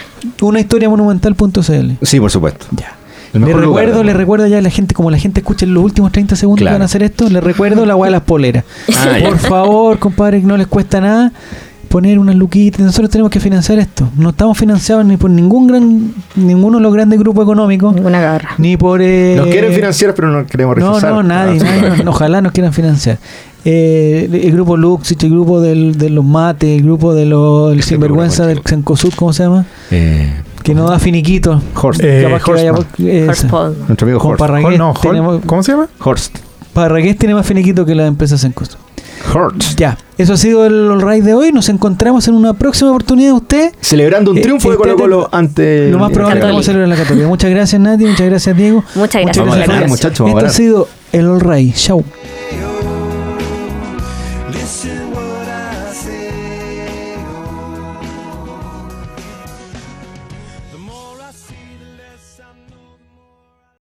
S1: una historia monumental.cl.
S5: Sí, por supuesto.
S1: Ya.
S5: El
S1: Les
S5: mejor lugar
S1: recuerdo,
S5: del
S1: les
S5: mundo.
S1: recuerdo ya a la gente, como la gente escucha en los últimos 30 segundos
S5: Claro.
S1: que van a hacer esto, les recuerdo la hueá de las poleras.
S5: Ah, ya.
S1: Por favor, compadre, que no les cuesta nada poner unas luquitas. Nosotros tenemos que financiar esto. No estamos financiados ni por ningún gran, ninguno de los grandes grupos económicos,
S4: Ninguna garra.
S1: ni por... eh,
S5: Nos quieren financieros, pero no queremos Ah,
S1: No,
S5: rechazar.
S1: no, nadie, nadie, no, ojalá nos quieran financiar. Eh, el grupo Luxich, el grupo del- de los mates, el grupo de los el
S5: Este
S1: sinvergüenza
S5: grupo,
S1: del Sencosud, ¿cómo se llama?
S5: Eh,
S1: Que no da finiquito.
S5: Horst.
S3: Eh,
S1: Capaz que vaya
S3: Horstman.
S1: por- esa.
S4: Horsepol.
S5: Nuestro amigo
S1: Con
S5: Horst.
S1: Parragués
S3: Hol- no, Hol-
S1: tenemos-
S3: ¿Cómo se llama?
S5: Horst.
S1: Parragués este tiene más finiquito que las empresas en costo.
S5: Horst.
S1: Ya, eso ha sido el All Right de hoy. Nos encontramos en una próxima oportunidad. Usted,
S5: Celebrando un
S1: Eh,
S5: triunfo de
S1: este-
S5: Colo Colo ante.
S1: lo más probable es que
S5: Eh, Católica.
S1: vamos a celebrar la católica. Muchas gracias, Nati. Muchas gracias, Diego.
S4: Muchas gracias.
S5: Vamos a ganar,
S1: Fabián.
S5: muchachos, vamos a
S1: Esto ha
S5: ganar.
S1: sido el All Right. Chau.